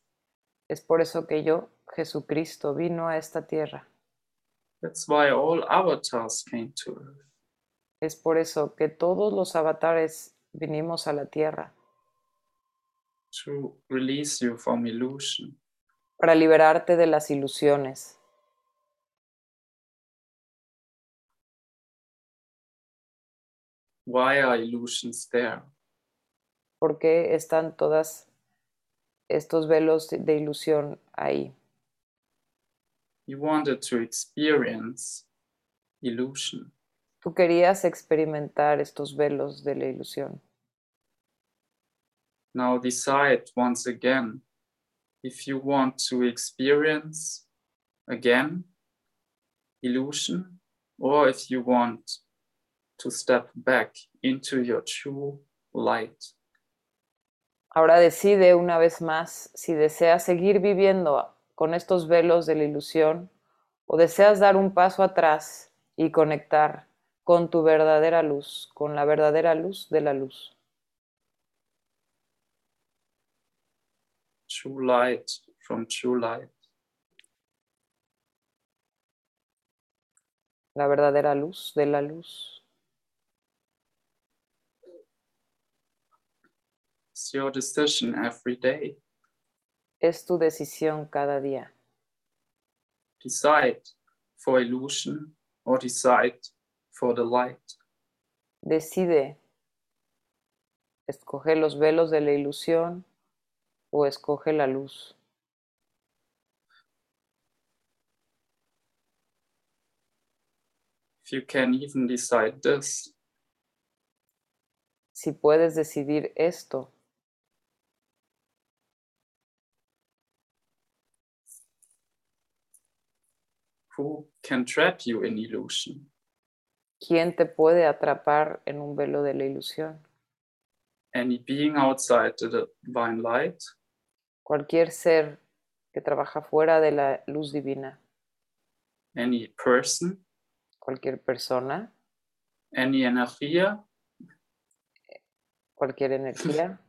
Speaker 2: Es por eso que yo, Jesucristo, vino a esta tierra.
Speaker 1: That's why all avatars came to Earth.
Speaker 2: Es por eso que todos los avatares vinimos a la tierra
Speaker 1: To release you from illusion,
Speaker 2: para liberarte de las ilusiones,
Speaker 1: why are illusions there?
Speaker 2: porque están todas estos velos de ilusión ahí.
Speaker 1: You wanted to experience illusion.
Speaker 2: Tú querías experimentar estos velos de la ilusión.
Speaker 1: Now decide once again if you want to experience again illusion or if you want to step back into your true light.
Speaker 2: Ahora decide una vez más si deseas seguir viviendo con estos velos de la ilusión o deseas dar un paso atrás y conectar con tu verdadera luz, con la verdadera luz de la luz.
Speaker 1: True light from true light.
Speaker 2: La verdadera luz de la luz
Speaker 1: It's your decision every day.
Speaker 2: es tu decisión cada día.
Speaker 1: Decide for illusion or decide for the light.
Speaker 2: Decide escoger los velos de la ilusión o escoge la luz.
Speaker 1: If you can even decide this,
Speaker 2: Si puedes decidir esto,
Speaker 1: who can trap you in illusion?
Speaker 2: ¿quién te puede atrapar en un velo de la ilusión?
Speaker 1: any being outside the divine light,
Speaker 2: cualquier ser que trabaja fuera de la luz divina,
Speaker 1: any person,
Speaker 2: cualquier persona,
Speaker 1: any energia,
Speaker 2: cualquier energía,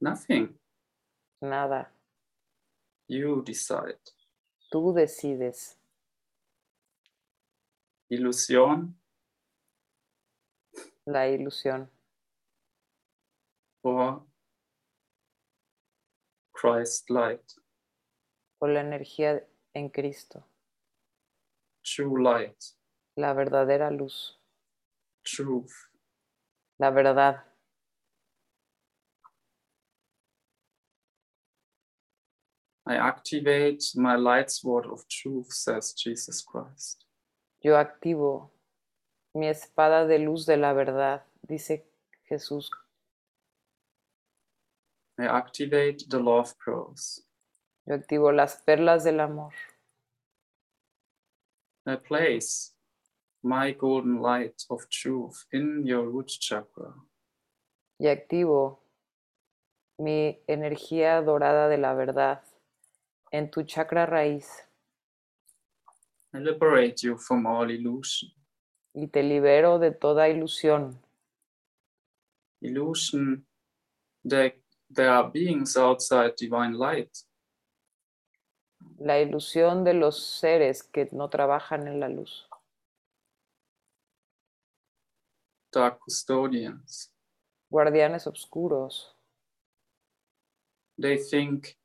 Speaker 1: nothing.
Speaker 2: nada.
Speaker 1: You decide.
Speaker 2: Tú decides.
Speaker 1: Illusion
Speaker 2: La ilusión
Speaker 1: or Christ light,
Speaker 2: o la energía en Cristo,
Speaker 1: true light,
Speaker 2: la verdadera luz,
Speaker 1: truth,
Speaker 2: la verdad.
Speaker 1: I activate my light sword of truth, says Jesus Christ.
Speaker 2: Yo activo mi espada de luz de la verdad, dice Jesús.
Speaker 1: I activate the love pearls.
Speaker 2: Yo activo las perlas del amor.
Speaker 1: I place my golden light of truth in your root chakra.
Speaker 2: Y activo mi energía dorada de la verdad en tu chakra raíz
Speaker 1: I liberate you from all illusion.
Speaker 2: y te libero de toda ilusión.
Speaker 1: Illusion that there are beings outside divine light.
Speaker 2: La ilusión de los seres que no trabajan en la luz,
Speaker 1: dark custodians.
Speaker 2: guardianes oscuros
Speaker 1: They think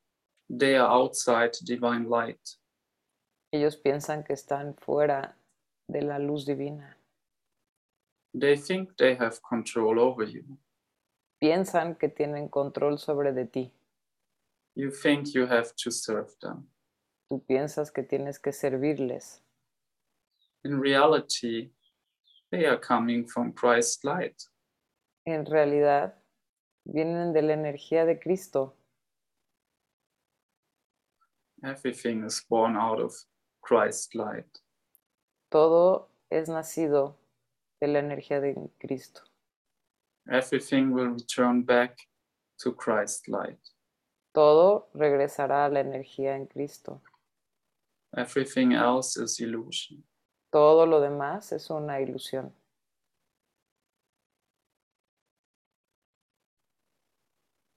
Speaker 1: they are outside divine light.
Speaker 2: Ellos piensan que están fuera de la luz divina.
Speaker 1: They think they have control over you.
Speaker 2: Piensan que tienen control sobre de ti.
Speaker 1: You think you have to serve them.
Speaker 2: Tú piensas que tienes que servirles.
Speaker 1: In reality, they are coming from Christ light.
Speaker 2: En realidad, vienen de la energía de Cristo.
Speaker 1: Everything is born out of Christ light.
Speaker 2: Todo es nacido de la energía de Cristo.
Speaker 1: Everything will return back to Christ light.
Speaker 2: Todo regresará a la energía en Cristo.
Speaker 1: Everything else is illusion.
Speaker 2: Todo lo demás es una ilusión.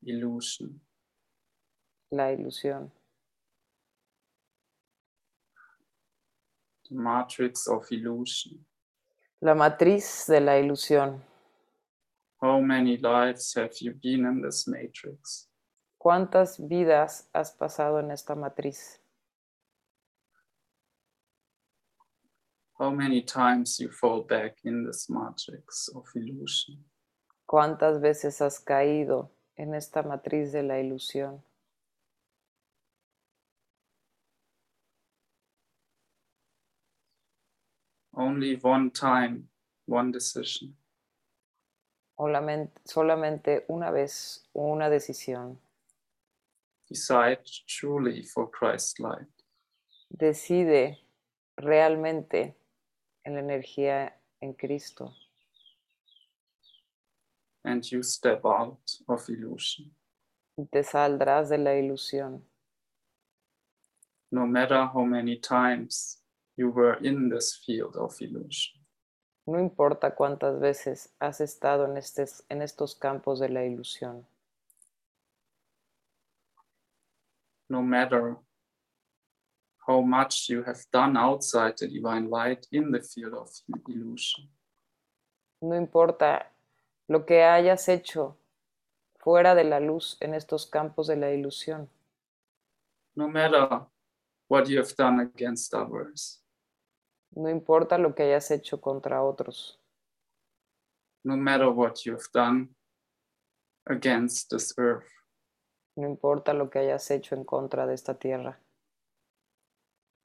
Speaker 1: Illusion.
Speaker 2: La ilusión,
Speaker 1: The matrix of illusion.
Speaker 2: la matriz de la ilusión.
Speaker 1: How many lives have you been in this matrix?
Speaker 2: ¿Cuántas vidas has pasado en esta matriz?
Speaker 1: how many times you fall back in this matrix of illusion.
Speaker 2: ¿Cuántas veces has caído en esta matriz de la ilusión?
Speaker 1: Only one time, one decision.
Speaker 2: Olamen- Solamente una vez una decisión.
Speaker 1: Decide truly for Christ light.
Speaker 2: Decide realmente en la energía en Cristo
Speaker 1: And you step out of illusion.
Speaker 2: y te saldrás de la ilusión.
Speaker 1: No matter how many times you were in this field of illusion,
Speaker 2: No importa cuántas veces has estado en, estes- en estos campos de la ilusión,
Speaker 1: no matter how much you have done outside the divine light in the field of illusion,
Speaker 2: no importa lo que hayas hecho fuera de la luz en estos campos de la ilusión,
Speaker 1: no matter what you have done against others,
Speaker 2: no importa lo que hayas hecho contra otros,
Speaker 1: no matter what you've done against this earth,
Speaker 2: no importa lo que hayas hecho en contra de esta tierra,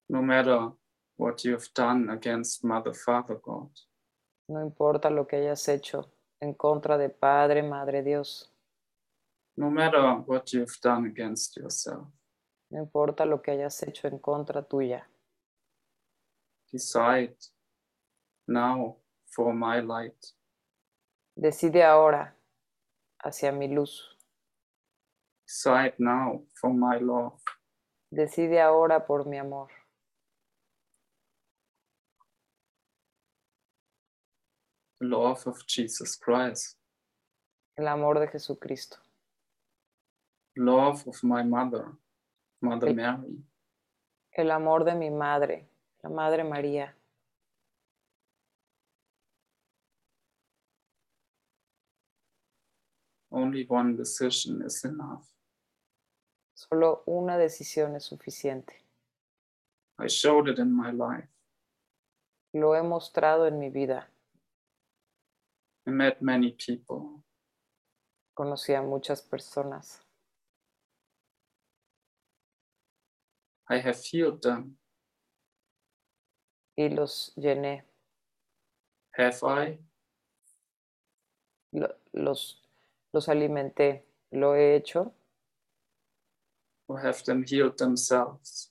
Speaker 1: no matter what you've done against Mother, Father, God,
Speaker 2: no importa lo que hayas hecho en contra de Padre, Madre Dios,
Speaker 1: no matter what you've done against yourself,
Speaker 2: no importa lo que hayas hecho en contra tuya.
Speaker 1: decide now for my light.
Speaker 2: Decide ahora hacia mi luz,
Speaker 1: Decide now for my love.
Speaker 2: decide ahora por mi amor.
Speaker 1: The love of Jesus Christ,
Speaker 2: el amor de Jesucristo,
Speaker 1: the love of my mother, Mother
Speaker 2: Okay.
Speaker 1: Mary,
Speaker 2: el amor de mi madre, la Madre María,
Speaker 1: only one decision is enough.
Speaker 2: solo una decisión es suficiente.
Speaker 1: I showed it in my life.
Speaker 2: Lo he mostrado en mi vida.
Speaker 1: I met many people.
Speaker 2: Conocí a muchas personas.
Speaker 1: I have healed them.
Speaker 2: Y los llené,
Speaker 1: Have I?
Speaker 2: lo- los, los alimenté. Lo he hecho,
Speaker 1: or have them healed themselves.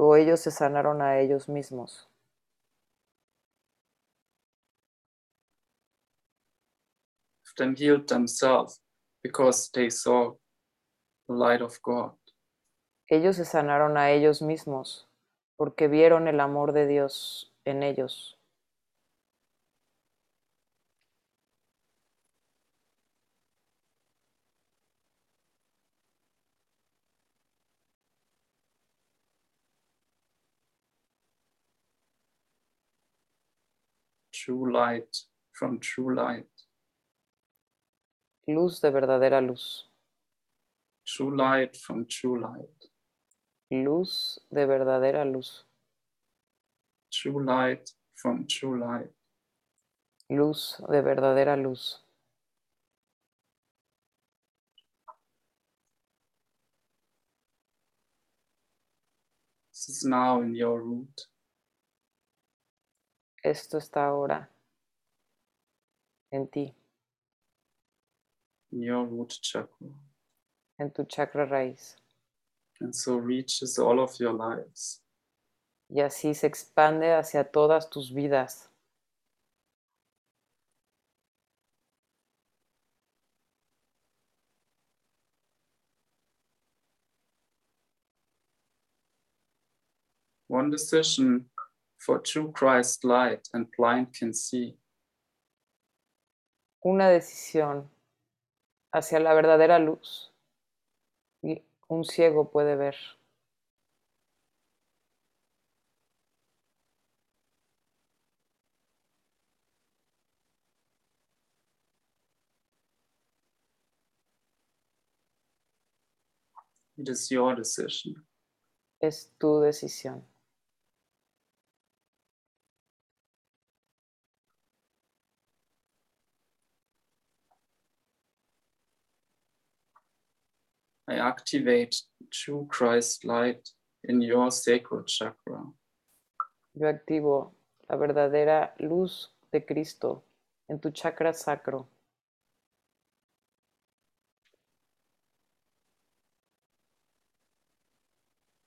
Speaker 2: o ellos se sanaron a ellos mismos.
Speaker 1: Have them healed themselves because they saw the light of God.
Speaker 2: Ellos se sanaron a ellos mismos porque vieron el amor de Dios en ellos.
Speaker 1: True light from true light.
Speaker 2: Luz de verdadera luz.
Speaker 1: True light from true light.
Speaker 2: Luz de verdadera luz.
Speaker 1: True light from true light.
Speaker 2: Luz de verdadera luz.
Speaker 1: This is now in your root.
Speaker 2: Esto está ahora en ti,
Speaker 1: in your root chakra
Speaker 2: en tu chakra raíz.
Speaker 1: and so reaches all of your lives.
Speaker 2: Y así se expande hacia todas tus vidas.
Speaker 1: One decision for true Christ light and blind can see.
Speaker 2: Una decisión hacia la verdadera luz. Y un ciego puede ver.
Speaker 1: It is your decision.
Speaker 2: Es tu decisión.
Speaker 1: I activate true Christ light in your sacred chakra.
Speaker 2: Yo activo la verdadera luz de Cristo en tu chakra sacro.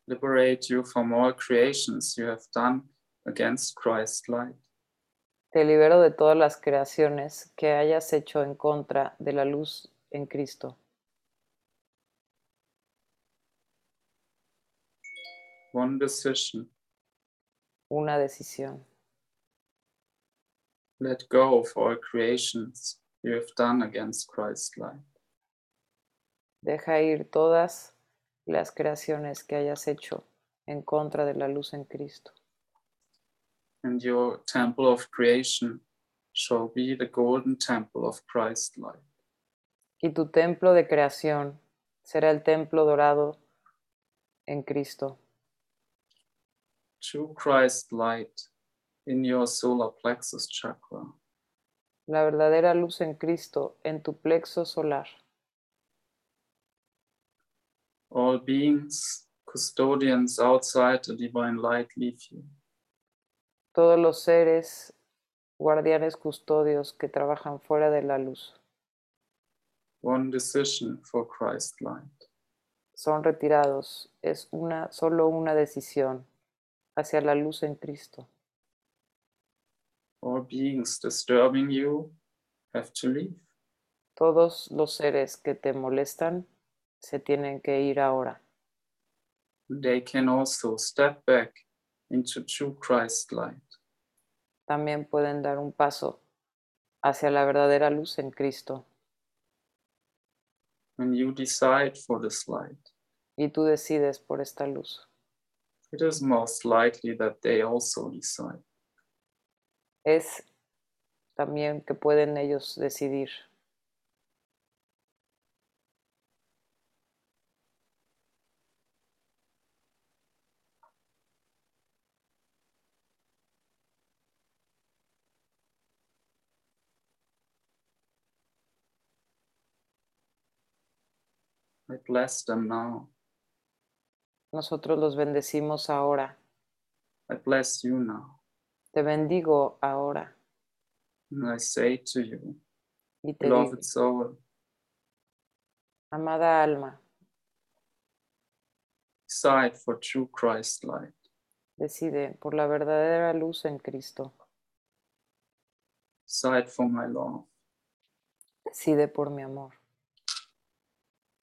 Speaker 1: Liberate you from all creations you have done against Christ light.
Speaker 2: Te libero de todas las creaciones que hayas hecho en contra de la luz en Cristo.
Speaker 1: One decision.
Speaker 2: Una decisión.
Speaker 1: Let go of all creations you have done against Christ light.
Speaker 2: Deja ir todas las creaciones que hayas hecho en contra de la luz en Cristo.
Speaker 1: and your temple of creation shall be the golden temple of Christ light.
Speaker 2: Y tu templo de creación será el templo dorado en Cristo.
Speaker 1: True Christ light in your solar plexus chakra.
Speaker 2: La verdadera luz en Cristo en tu plexo solar.
Speaker 1: All beings, custodians outside the divine light leave you.
Speaker 2: todos los seres, guardianes, custodios que trabajan fuera de la luz,
Speaker 1: One decision for Christ light.
Speaker 2: son retirados. Es una, solo una decisión hacia la luz en Cristo.
Speaker 1: All beings disturbing you have to leave.
Speaker 2: Todos los seres que te molestan se tienen que ir ahora.
Speaker 1: They can also step back into true Christ light.
Speaker 2: También pueden dar un paso hacia la verdadera luz en Cristo.
Speaker 1: When you decide for this light,
Speaker 2: Y tú decides por esta luz.
Speaker 1: it is most likely that they also decide.
Speaker 2: Es también que pueden ellos decidir.
Speaker 1: I bless them now.
Speaker 2: Nosotros los bendecimos ahora.
Speaker 1: I bless you now.
Speaker 2: Te bendigo ahora.
Speaker 1: And I say to you,
Speaker 2: Y te digo,
Speaker 1: beloved soul,
Speaker 2: Amada alma,
Speaker 1: Decide for true Christ light.
Speaker 2: Decide por la verdadera luz en Cristo.
Speaker 1: Decide for my love.
Speaker 2: Decide por mi amor.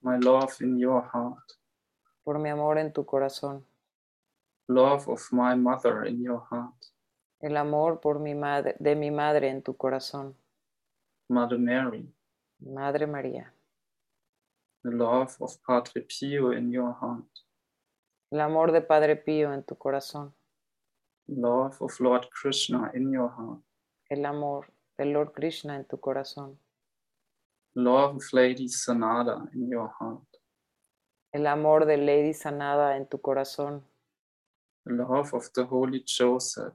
Speaker 1: My love in your heart.
Speaker 2: Por mi amor en tu corazón.
Speaker 1: Love of my mother in your heart.
Speaker 2: El amor por mi madre, de mi madre en tu corazón.
Speaker 1: Mother Mary.
Speaker 2: Madre María.
Speaker 1: The love of Padre Pio in your heart.
Speaker 2: El amor de Padre Pío en tu corazón.
Speaker 1: Love of Lord Krishna in your heart.
Speaker 2: El amor del Lord Krishna en tu corazón.
Speaker 1: Love of Lady Sanada in your heart.
Speaker 2: El amor de Lady Sanada en tu corazón.
Speaker 1: Love of the Holy Joseph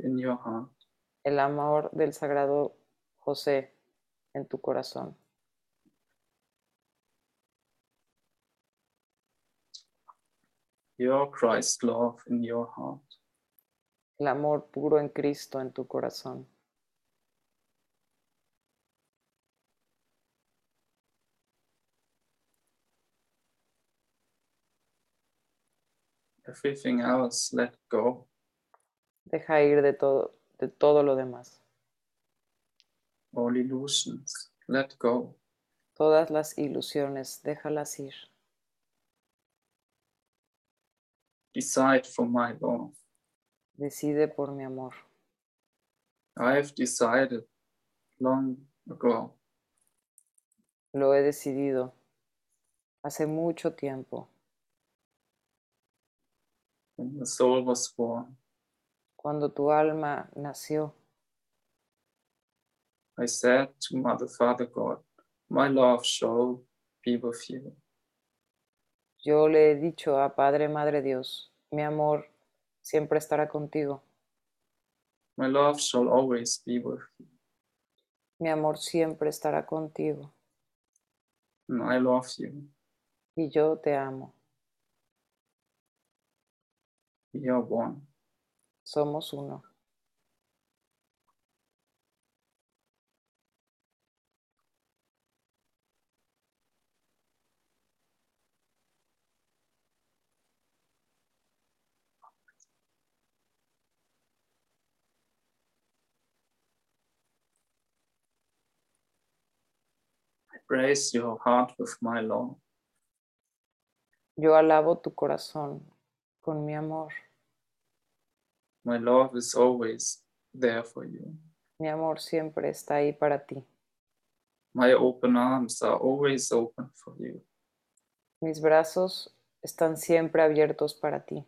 Speaker 1: in your heart.
Speaker 2: El amor del Sagrado José en tu corazón.
Speaker 1: Your Christ love in your heart.
Speaker 2: El amor puro en Cristo en tu corazón.
Speaker 1: Everything else let go.
Speaker 2: Deja ir de todo, de todo lo demás.
Speaker 1: All illusions let go.
Speaker 2: Todas las ilusiones, déjalas ir.
Speaker 1: Decide for my love.
Speaker 2: Decide por mi amor.
Speaker 1: I have decided long ago.
Speaker 2: Lo he decidido hace mucho tiempo,
Speaker 1: when the soul was born.
Speaker 2: cuando tu alma nació.
Speaker 1: I said to Mother Father God, My love shall be with you.
Speaker 2: Yo le he dicho a Padre, Madre Dios, mi amor siempre estará contigo,
Speaker 1: My love shall always be with you.
Speaker 2: mi amor siempre estará contigo,
Speaker 1: And I love you.
Speaker 2: y yo te amo,
Speaker 1: We are one.
Speaker 2: somos uno.
Speaker 1: Brace your heart with my love.
Speaker 2: Yo alabo tu corazón con mi amor,
Speaker 1: My love is always there for you.
Speaker 2: mi amor siempre está ahí para ti,
Speaker 1: My open arms are always open for you.
Speaker 2: mis brazos están siempre abiertos para ti.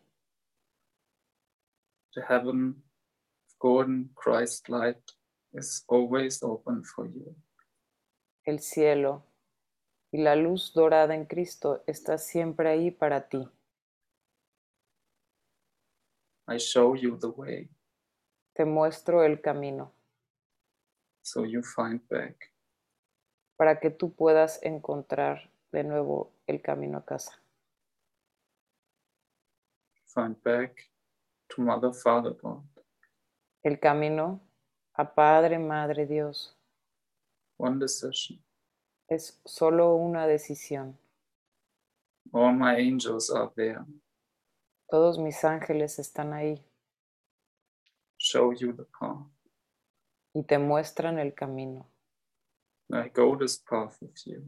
Speaker 1: The heaven of golden Christ light is always open for you.
Speaker 2: el cielo y la luz dorada en Cristo está siempre ahí para ti.
Speaker 1: I show you the way
Speaker 2: Te muestro el camino
Speaker 1: so you find back.
Speaker 2: para que tú puedas encontrar de nuevo el camino a casa.
Speaker 1: Find back to Mother Father God,
Speaker 2: El camino a Padre, Madre, Dios
Speaker 1: one decision.
Speaker 2: es solo una decisión.
Speaker 1: All my angels are there,
Speaker 2: Todos mis ángeles están ahí
Speaker 1: show you the path.
Speaker 2: y te muestran el camino.
Speaker 1: I go this path with you.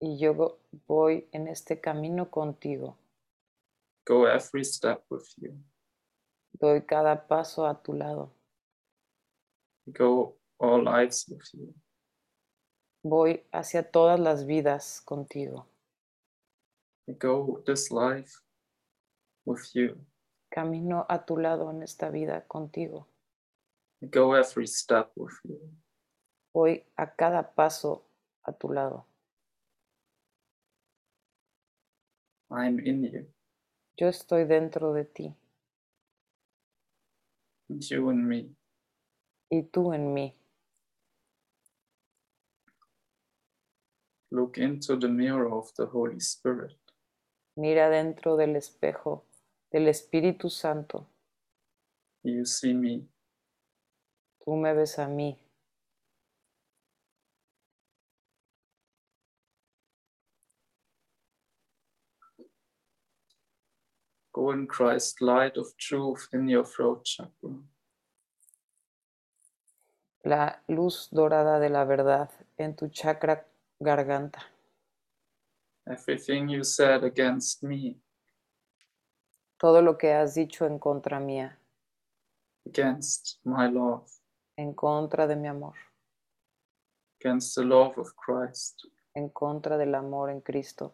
Speaker 2: Y yo go- voy en este camino contigo.
Speaker 1: Go every step with you.
Speaker 2: Doy cada paso a tu lado.
Speaker 1: Go all lives with you.
Speaker 2: Voy hacia todas las vidas contigo.
Speaker 1: Go this life with you.
Speaker 2: camino a tu lado en esta vida contigo.
Speaker 1: Go every step with you.
Speaker 2: Voy a cada paso a tu lado.
Speaker 1: I'm in you,
Speaker 2: Yo estoy dentro de ti
Speaker 1: and you in me.
Speaker 2: y tú en mí.
Speaker 1: Look into the mirror of the Holy Spirit.
Speaker 2: Mira dentro del espejo del Espíritu Santo.
Speaker 1: You see me.
Speaker 2: Tú me ves a mí.
Speaker 1: Golden Christ, light of truth in your throat chakra.
Speaker 2: La luz dorada de la verdad en tu chakra garganta.
Speaker 1: Everything you said against me,
Speaker 2: Todo lo que has dicho en contra mía,
Speaker 1: against my love,
Speaker 2: en contra de mi amor,
Speaker 1: against the love of Christ,
Speaker 2: en contra del amor en Cristo.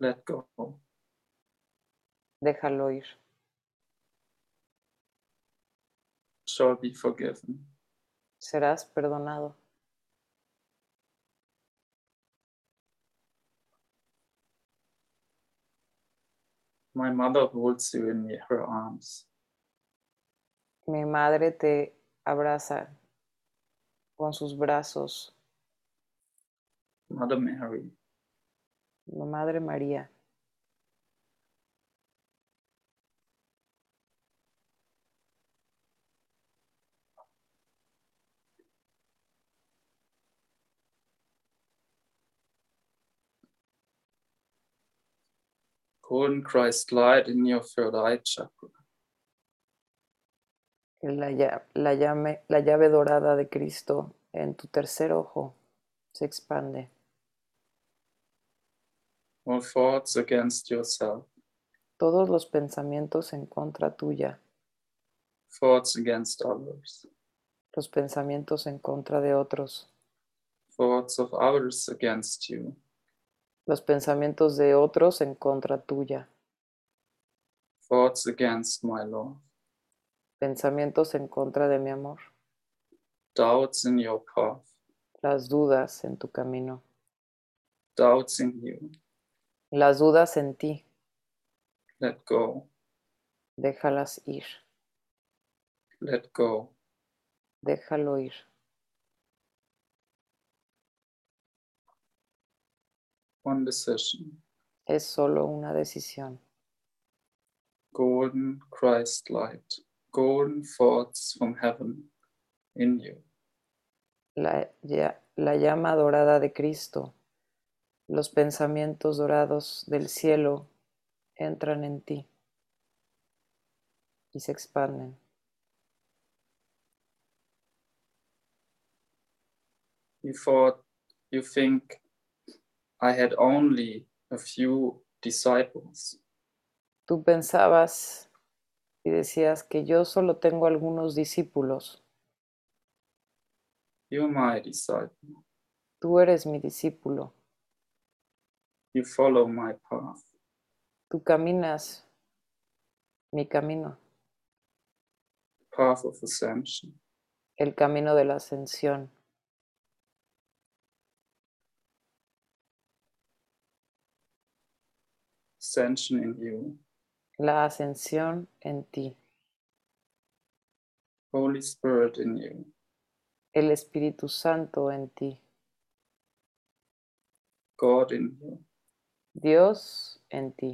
Speaker 1: let go.
Speaker 2: Déjalo ir.
Speaker 1: Shall be forgiven.
Speaker 2: Serás perdonado.
Speaker 1: My mother holds you in her arms.
Speaker 2: Mi madre te abraza con sus brazos.
Speaker 1: Mother Mary,
Speaker 2: La Madre María,
Speaker 1: golden Christ light in your third eye chakra.
Speaker 2: la, lla- la llame- la llave dorada de Cristo en tu tercer ojo se expande.
Speaker 1: All thoughts against yourself,
Speaker 2: Todos los pensamientos en contra tuya,
Speaker 1: thoughts against others,
Speaker 2: los pensamientos en contra de otros,
Speaker 1: thoughts of others against you,
Speaker 2: los pensamientos de otros en contra tuya,
Speaker 1: thoughts against my love,
Speaker 2: pensamientos en contra de mi amor,
Speaker 1: doubts in your path,
Speaker 2: las dudas en tu camino,
Speaker 1: doubts in you.
Speaker 2: las dudas en ti,
Speaker 1: Let go,
Speaker 2: déjalas ir,
Speaker 1: let go,
Speaker 2: déjalo ir.
Speaker 1: one decision.
Speaker 2: Es solo una decisión.
Speaker 1: Golden Christ light, golden thoughts from heaven in you.
Speaker 2: la, lla- la llama dorada de Cristo, los pensamientos dorados del cielo entran en ti y se expanden.
Speaker 1: you thought you think i had only a few disciples
Speaker 2: Tú pensabas y decías que yo solo tengo algunos discípulos,
Speaker 1: you're my disciple
Speaker 2: tú eres mi discípulo,
Speaker 1: you follow my path
Speaker 2: tú caminas mi camino,
Speaker 1: path of ascension
Speaker 2: el camino de la ascensión,
Speaker 1: ascension in you
Speaker 2: la ascensión en ti,
Speaker 1: holy spirit in you
Speaker 2: el Espíritu Santo en ti,
Speaker 1: god in you
Speaker 2: Dios en ti.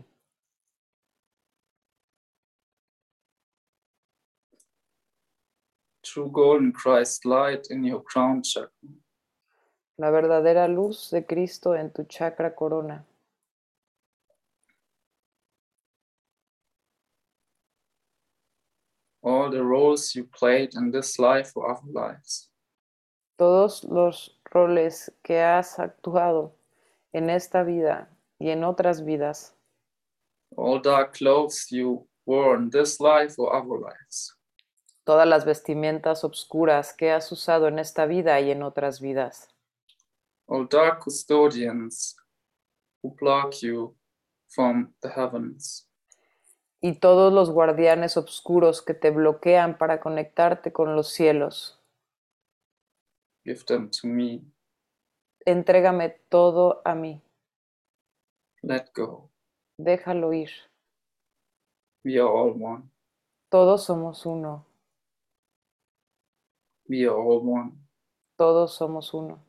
Speaker 1: true golden christ light in your crown chakra
Speaker 2: la verdadera luz de Cristo en tu chakra corona,
Speaker 1: all the roles you played in this life or other lives
Speaker 2: todos los roles que has actuado en esta vida y en otras vidas,
Speaker 1: all dark clothes you wore in this life or other lives
Speaker 2: todas las vestimentas obscuras que has usado en esta vida y en otras vidas,
Speaker 1: O dark custodians who block you from the heavens,
Speaker 2: y todos los guardianes obscuros que te bloquean para conectarte con los cielos.
Speaker 1: give them to me.
Speaker 2: Entrégame todo a mí,
Speaker 1: Let go.
Speaker 2: déjalo ir,
Speaker 1: We are all one.
Speaker 2: todos somos uno,
Speaker 1: We are all one.
Speaker 2: todos somos uno,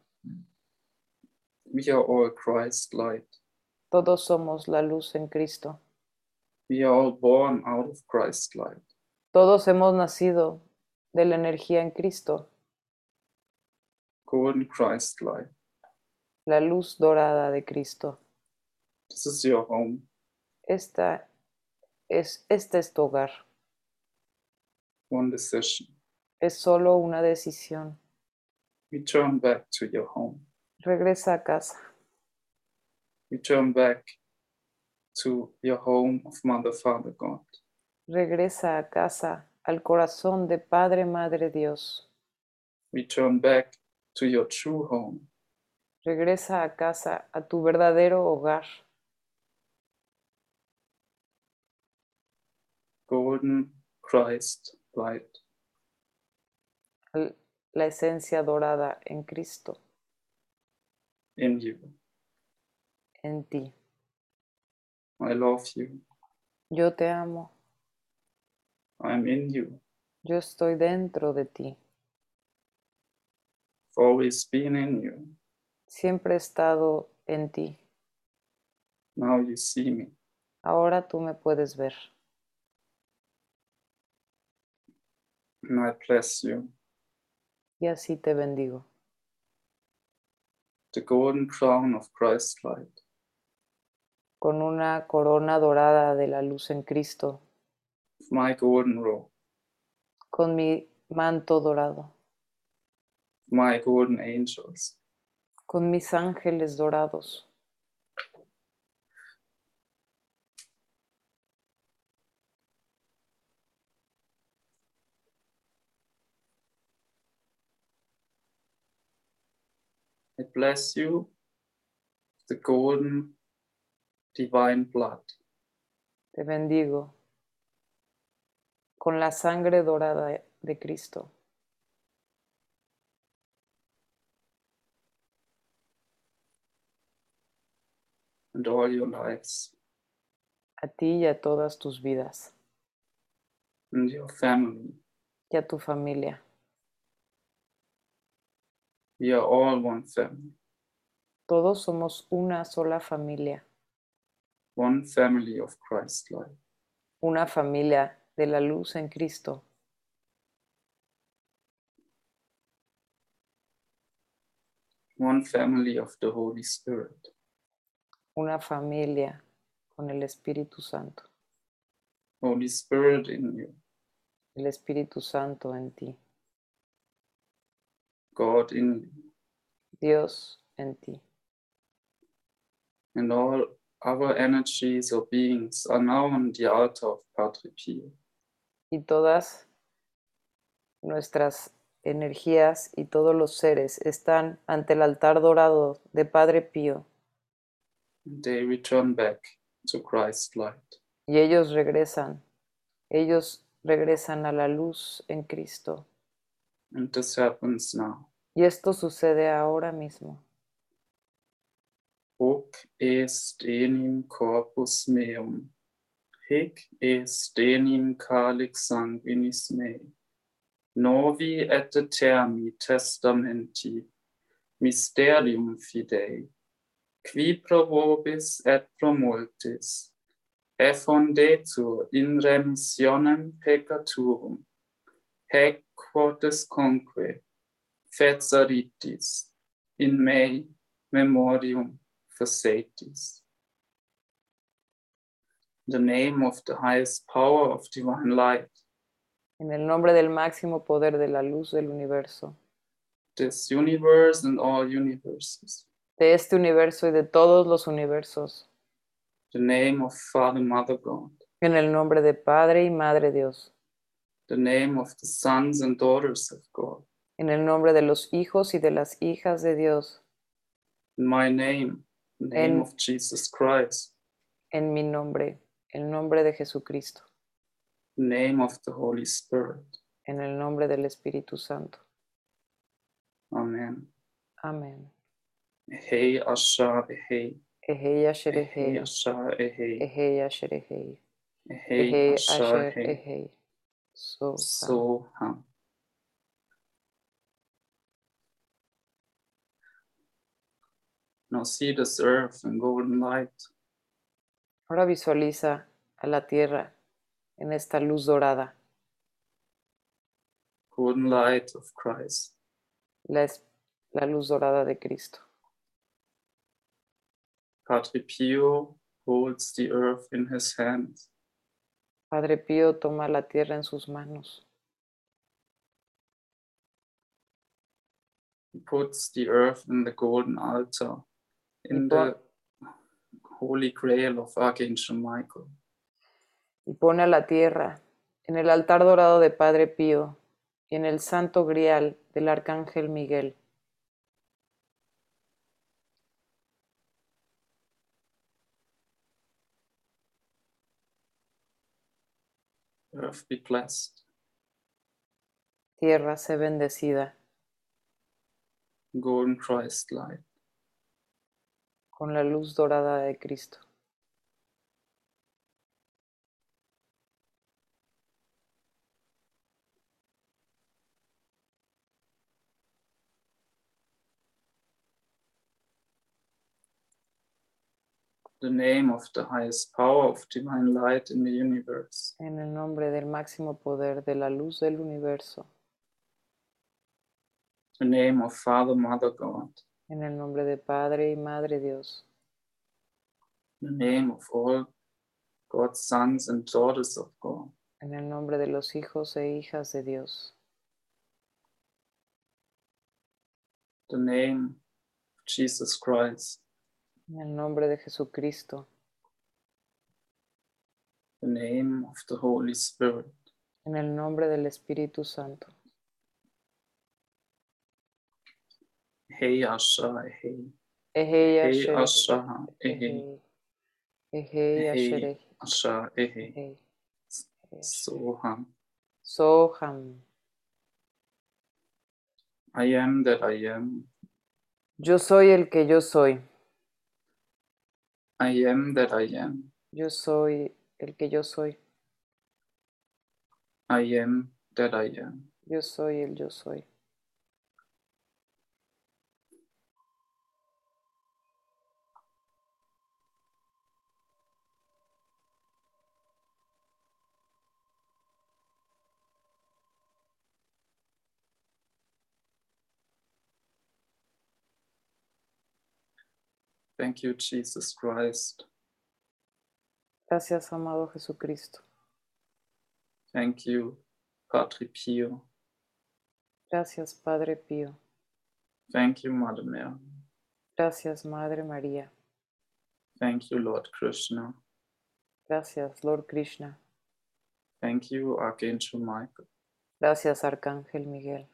Speaker 1: We are all Christ light.
Speaker 2: todos somos la luz en Cristo,
Speaker 1: We are all born out of Christ light.
Speaker 2: todos hemos nacido de la energía en Cristo.
Speaker 1: Golden Christ light.
Speaker 2: la luz dorada de Cristo,
Speaker 1: This is your home.
Speaker 2: Esta es, este es tu hogar.
Speaker 1: One decision.
Speaker 2: Es solo una decisión.
Speaker 1: Return back to your home.
Speaker 2: Regresa a casa.
Speaker 1: Return back to your home of Mother, Father, God.
Speaker 2: Regresa a casa, al corazón de Padre, Madre, Dios.
Speaker 1: Return back to your true home.
Speaker 2: Regresa a casa, a tu verdadero hogar.
Speaker 1: Golden Christ light.
Speaker 2: al- La esencia dorada en Cristo,
Speaker 1: in you.
Speaker 2: en ti.
Speaker 1: I love you.
Speaker 2: Yo te amo.
Speaker 1: I'm in you.
Speaker 2: Yo estoy dentro de ti.
Speaker 1: I've always been in you.
Speaker 2: Siempre he estado en ti.
Speaker 1: Now you see me.
Speaker 2: Ahora tú me puedes ver.
Speaker 1: And I bless you.
Speaker 2: Y así te bendigo.
Speaker 1: The golden crown of Christ light.
Speaker 2: Con una corona dorada de la luz en Cristo,
Speaker 1: My golden robe.
Speaker 2: con mi manto dorado,
Speaker 1: My golden angels.
Speaker 2: con mis ángeles dorados.
Speaker 1: I bless you. The golden divine blood.
Speaker 2: Te bendigo con la sangre dorada de Cristo.
Speaker 1: And all your lives.
Speaker 2: a ti y a todas tus vidas
Speaker 1: And your family.
Speaker 2: y a tu familia.
Speaker 1: We are all one family.
Speaker 2: Todos somos una sola familia,
Speaker 1: One family of Christ light.
Speaker 2: una familia de la luz en Cristo.
Speaker 1: One family of the Holy Spirit.
Speaker 2: una familia con el Espíritu Santo,
Speaker 1: Holy Spirit in you.
Speaker 2: el Espíritu Santo en ti,
Speaker 1: God in you.
Speaker 2: Dios en ti.
Speaker 1: and all our energies or beings are now on the altar of Patri Pio.
Speaker 2: Y todas nuestras energías y todos los seres están ante el altar dorado de Padre Pío
Speaker 1: And They return back to Christ's light.
Speaker 2: y ellos regresan, ellos regresan a la luz en Cristo.
Speaker 1: And this happens now.
Speaker 2: Y esto sucede ahora mismo.
Speaker 1: Hoc est enim corpus meum. Hic est enim calix sanguinis mei. Novi et termi testamenti. Mysterium fidei. Qui pro vobis et pro multis. Effondetur in remissionem peccatorum. Hec quotes conque. Fetsaritis. In mei memorium Phasatis. In the name of the highest power of divine light,
Speaker 2: En el nombre del máximo poder de la luz del universo,
Speaker 1: this universe and all universes.
Speaker 2: de este universo y de todos los universos,
Speaker 1: The name of Father, Mother, God.
Speaker 2: en el nombre de Padre y Madre Dios,
Speaker 1: The name of the sons and daughters of God.
Speaker 2: en el nombre de los hijos y de las hijas de Dios,
Speaker 1: In my name, the name
Speaker 2: En-
Speaker 1: of Jesus Christ.
Speaker 2: en mi nombre, el nombre de Jesucristo,
Speaker 1: The name of the Holy Spirit.
Speaker 2: en el nombre del Espíritu Santo.
Speaker 1: Amen.
Speaker 2: Amén.
Speaker 1: Ehei Asha Ehei.
Speaker 2: Eje y asher
Speaker 1: Ehei
Speaker 2: eje,
Speaker 1: Asha Ehei.
Speaker 2: eje y asher eje,
Speaker 1: Ehei
Speaker 2: eje
Speaker 1: Asha
Speaker 2: asher
Speaker 1: Ehei.
Speaker 2: eje. So,
Speaker 1: So hum. Now see this earth in golden light.
Speaker 2: ahora visualiza a la tierra en esta luz dorada.
Speaker 1: golden light of Christ.
Speaker 2: la, es- la luz dorada de Cristo.
Speaker 1: Padre Pio holds the earth in his hands.
Speaker 2: Padre Pío toma la tierra en sus manos.
Speaker 1: He puts the earth in the golden altar, in
Speaker 2: Y pon-
Speaker 1: the holy grail of Archangel Michael.
Speaker 2: y pone a la tierra en el altar dorado de Padre Pío y en el santo grial del Arcángel Miguel.
Speaker 1: Earth be blessed.
Speaker 2: Tierra, sé bendecida
Speaker 1: Golden Christ light.
Speaker 2: con la luz dorada de Cristo.
Speaker 1: The name of the highest power of divine light in the universe.
Speaker 2: En el nombre del máximo poder de la luz del universo.
Speaker 1: The name of Father, Mother, God.
Speaker 2: En el nombre de Padre y Madre Dios.
Speaker 1: The name of all God's sons and daughters of God.
Speaker 2: En el nombre de los hijos e hijas de Dios.
Speaker 1: The name of Jesus Christ.
Speaker 2: En el nombre de Jesucristo.
Speaker 1: The name of the Holy Spirit.
Speaker 2: En el nombre del Espíritu Santo.
Speaker 1: Hey Asha, hey.
Speaker 2: Eje y
Speaker 1: Hey
Speaker 2: asher,
Speaker 1: Asha, hey.
Speaker 2: eje. Eje
Speaker 1: Eje
Speaker 2: y
Speaker 1: y-
Speaker 2: asher, eje,
Speaker 1: Asha, hey.
Speaker 2: eje y asher.
Speaker 1: Soham.
Speaker 2: Soham.
Speaker 1: I am that I am.
Speaker 2: Yo soy el que yo soy.
Speaker 1: I am that I am.
Speaker 2: Yo soy el que yo soy.
Speaker 1: I am that I am.
Speaker 2: Yo soy el yo soy.
Speaker 1: Thank you, Jesus Christ.
Speaker 2: Gracias, amado Jesucristo.
Speaker 1: Thank you, Padre Pio.
Speaker 2: Gracias, Padre Pío.
Speaker 1: Thank you, Mother Mary.
Speaker 2: Gracias, Madre María.
Speaker 1: Thank you, Lord Krishna.
Speaker 2: Gracias, Lord Krishna.
Speaker 1: Thank you, Archangel Michael.
Speaker 2: Gracias, Arcángel Miguel.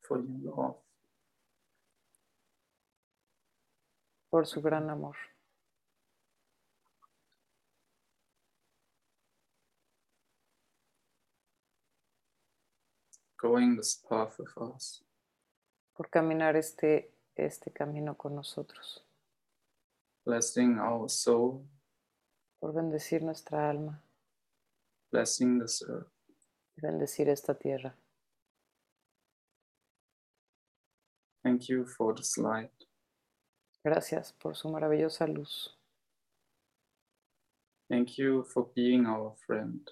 Speaker 1: for your love,
Speaker 2: por su gran amor,
Speaker 1: going this path with us.
Speaker 2: por caminar este, este camino con nosotros,
Speaker 1: blessing our soul,
Speaker 2: por bendecir nuestra alma
Speaker 1: blessing this earth.
Speaker 2: y bendecir esta tierra.
Speaker 1: Thank you for this light.
Speaker 2: Gracias por su maravillosa luz.
Speaker 1: Thank you for being our friend.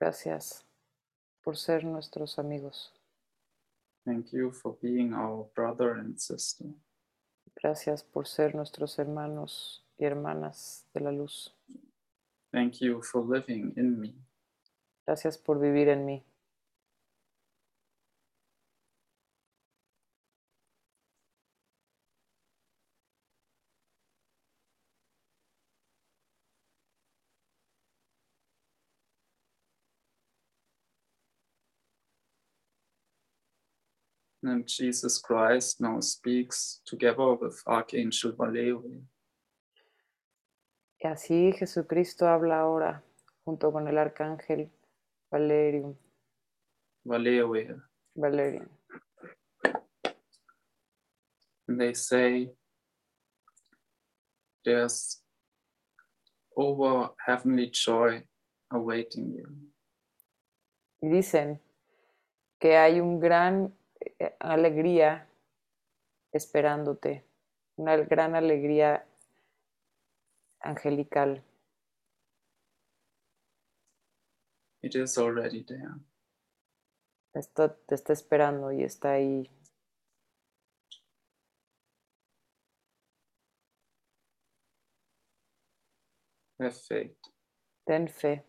Speaker 2: Gracias por ser nuestros amigos.
Speaker 1: Thank you for being our brother and sister.
Speaker 2: Gracias por ser nuestros hermanos y hermanas de la luz.
Speaker 1: Thank you for living in me.
Speaker 2: Gracias por vivir en mí.
Speaker 1: And Jesus Christ now speaks together with Archangel Valery.
Speaker 2: Y así Jesucristo habla ahora junto con el arcángel Valerium,
Speaker 1: Valery.
Speaker 2: Valerian.
Speaker 1: And they say, There's over heavenly joy awaiting you.
Speaker 2: Y dicen que hay un gran eh, alegría esperándote, una gran alegría angelical.
Speaker 1: It is already there.
Speaker 2: Está, te está esperando y está ahí.
Speaker 1: Have faith.
Speaker 2: Ten fe.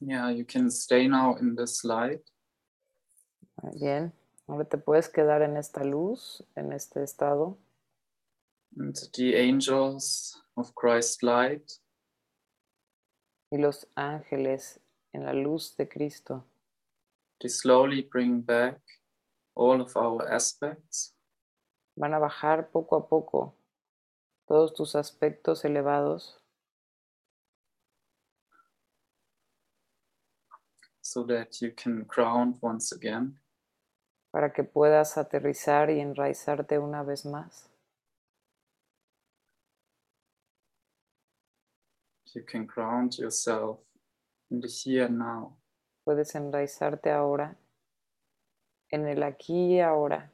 Speaker 1: Yeah, you can stay now in this light.
Speaker 2: Muy Bien. Ahora te puedes quedar en esta luz, en este estado.
Speaker 1: And the angels of Christ's light
Speaker 2: Y los ángeles en la luz de Cristo
Speaker 1: they slowly bring back all of our aspects
Speaker 2: van a bajar poco a poco todos tus aspectos elevados
Speaker 1: so that you can ground once again.
Speaker 2: para que puedas aterrizar y enraizarte una vez más.
Speaker 1: You can ground yourself in the here and now.
Speaker 2: Puedes enraizarte ahora, en el aquí y ahora.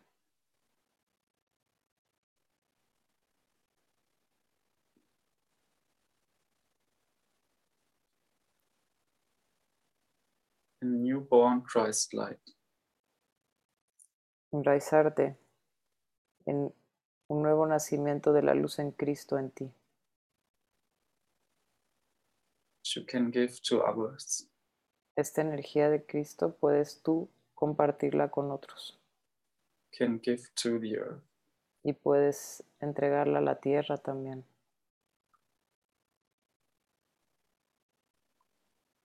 Speaker 1: in newborn Christ light.
Speaker 2: enraizarte en un nuevo nacimiento de la luz en Cristo en ti,
Speaker 1: which you can give to others.
Speaker 2: esta energía de Cristo puedes tú compartirla con otros
Speaker 1: can give to the earth.
Speaker 2: y puedes entregarla a la tierra también.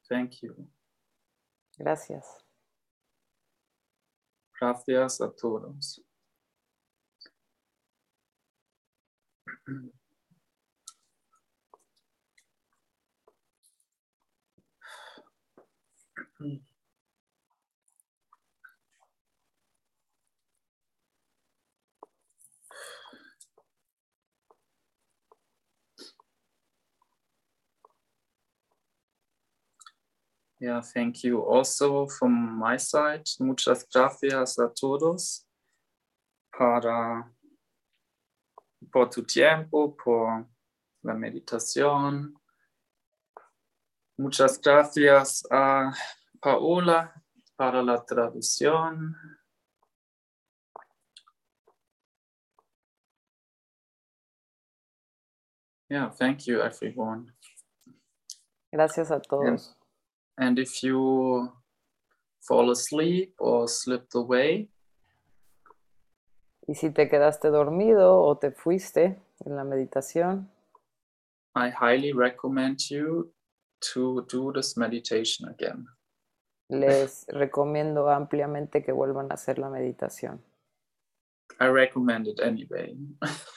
Speaker 1: Thank you.
Speaker 2: Gracias.
Speaker 1: Gracias a todos. Yeah, thank you also from my side. Muchas gracias a todos para por tu tiempo, por la meditación. Muchas gracias a Paola para la traducción. Yeah, thank you everyone.
Speaker 2: Gracias a todos.
Speaker 1: And if you fall asleep or slipped away,
Speaker 2: Y si te quedaste dormido o te fuiste en la meditación,
Speaker 1: I highly recommend you to do this meditation again.
Speaker 2: les recomiendo ampliamente que vuelvan a hacer la meditación.
Speaker 1: I recommend it anyway.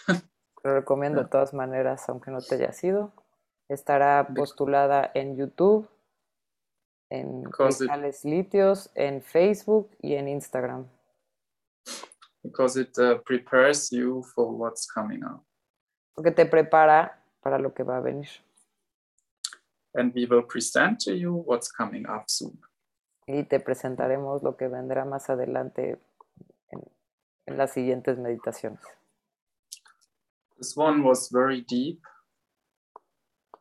Speaker 2: Lo recomiendo de todas maneras, aunque no te haya sido. Estará postulada en YouTube, en
Speaker 1: Così.
Speaker 2: Cristales Litios, en Facebook y en Instagram,
Speaker 1: because it uh, prepares you for what's coming up.
Speaker 2: porque te prepara para lo que va a venir.
Speaker 1: And we will present to you what's coming up soon.
Speaker 2: Y te presentaremos lo que vendrá más adelante en, en las siguientes meditaciones.
Speaker 1: This one was very deep,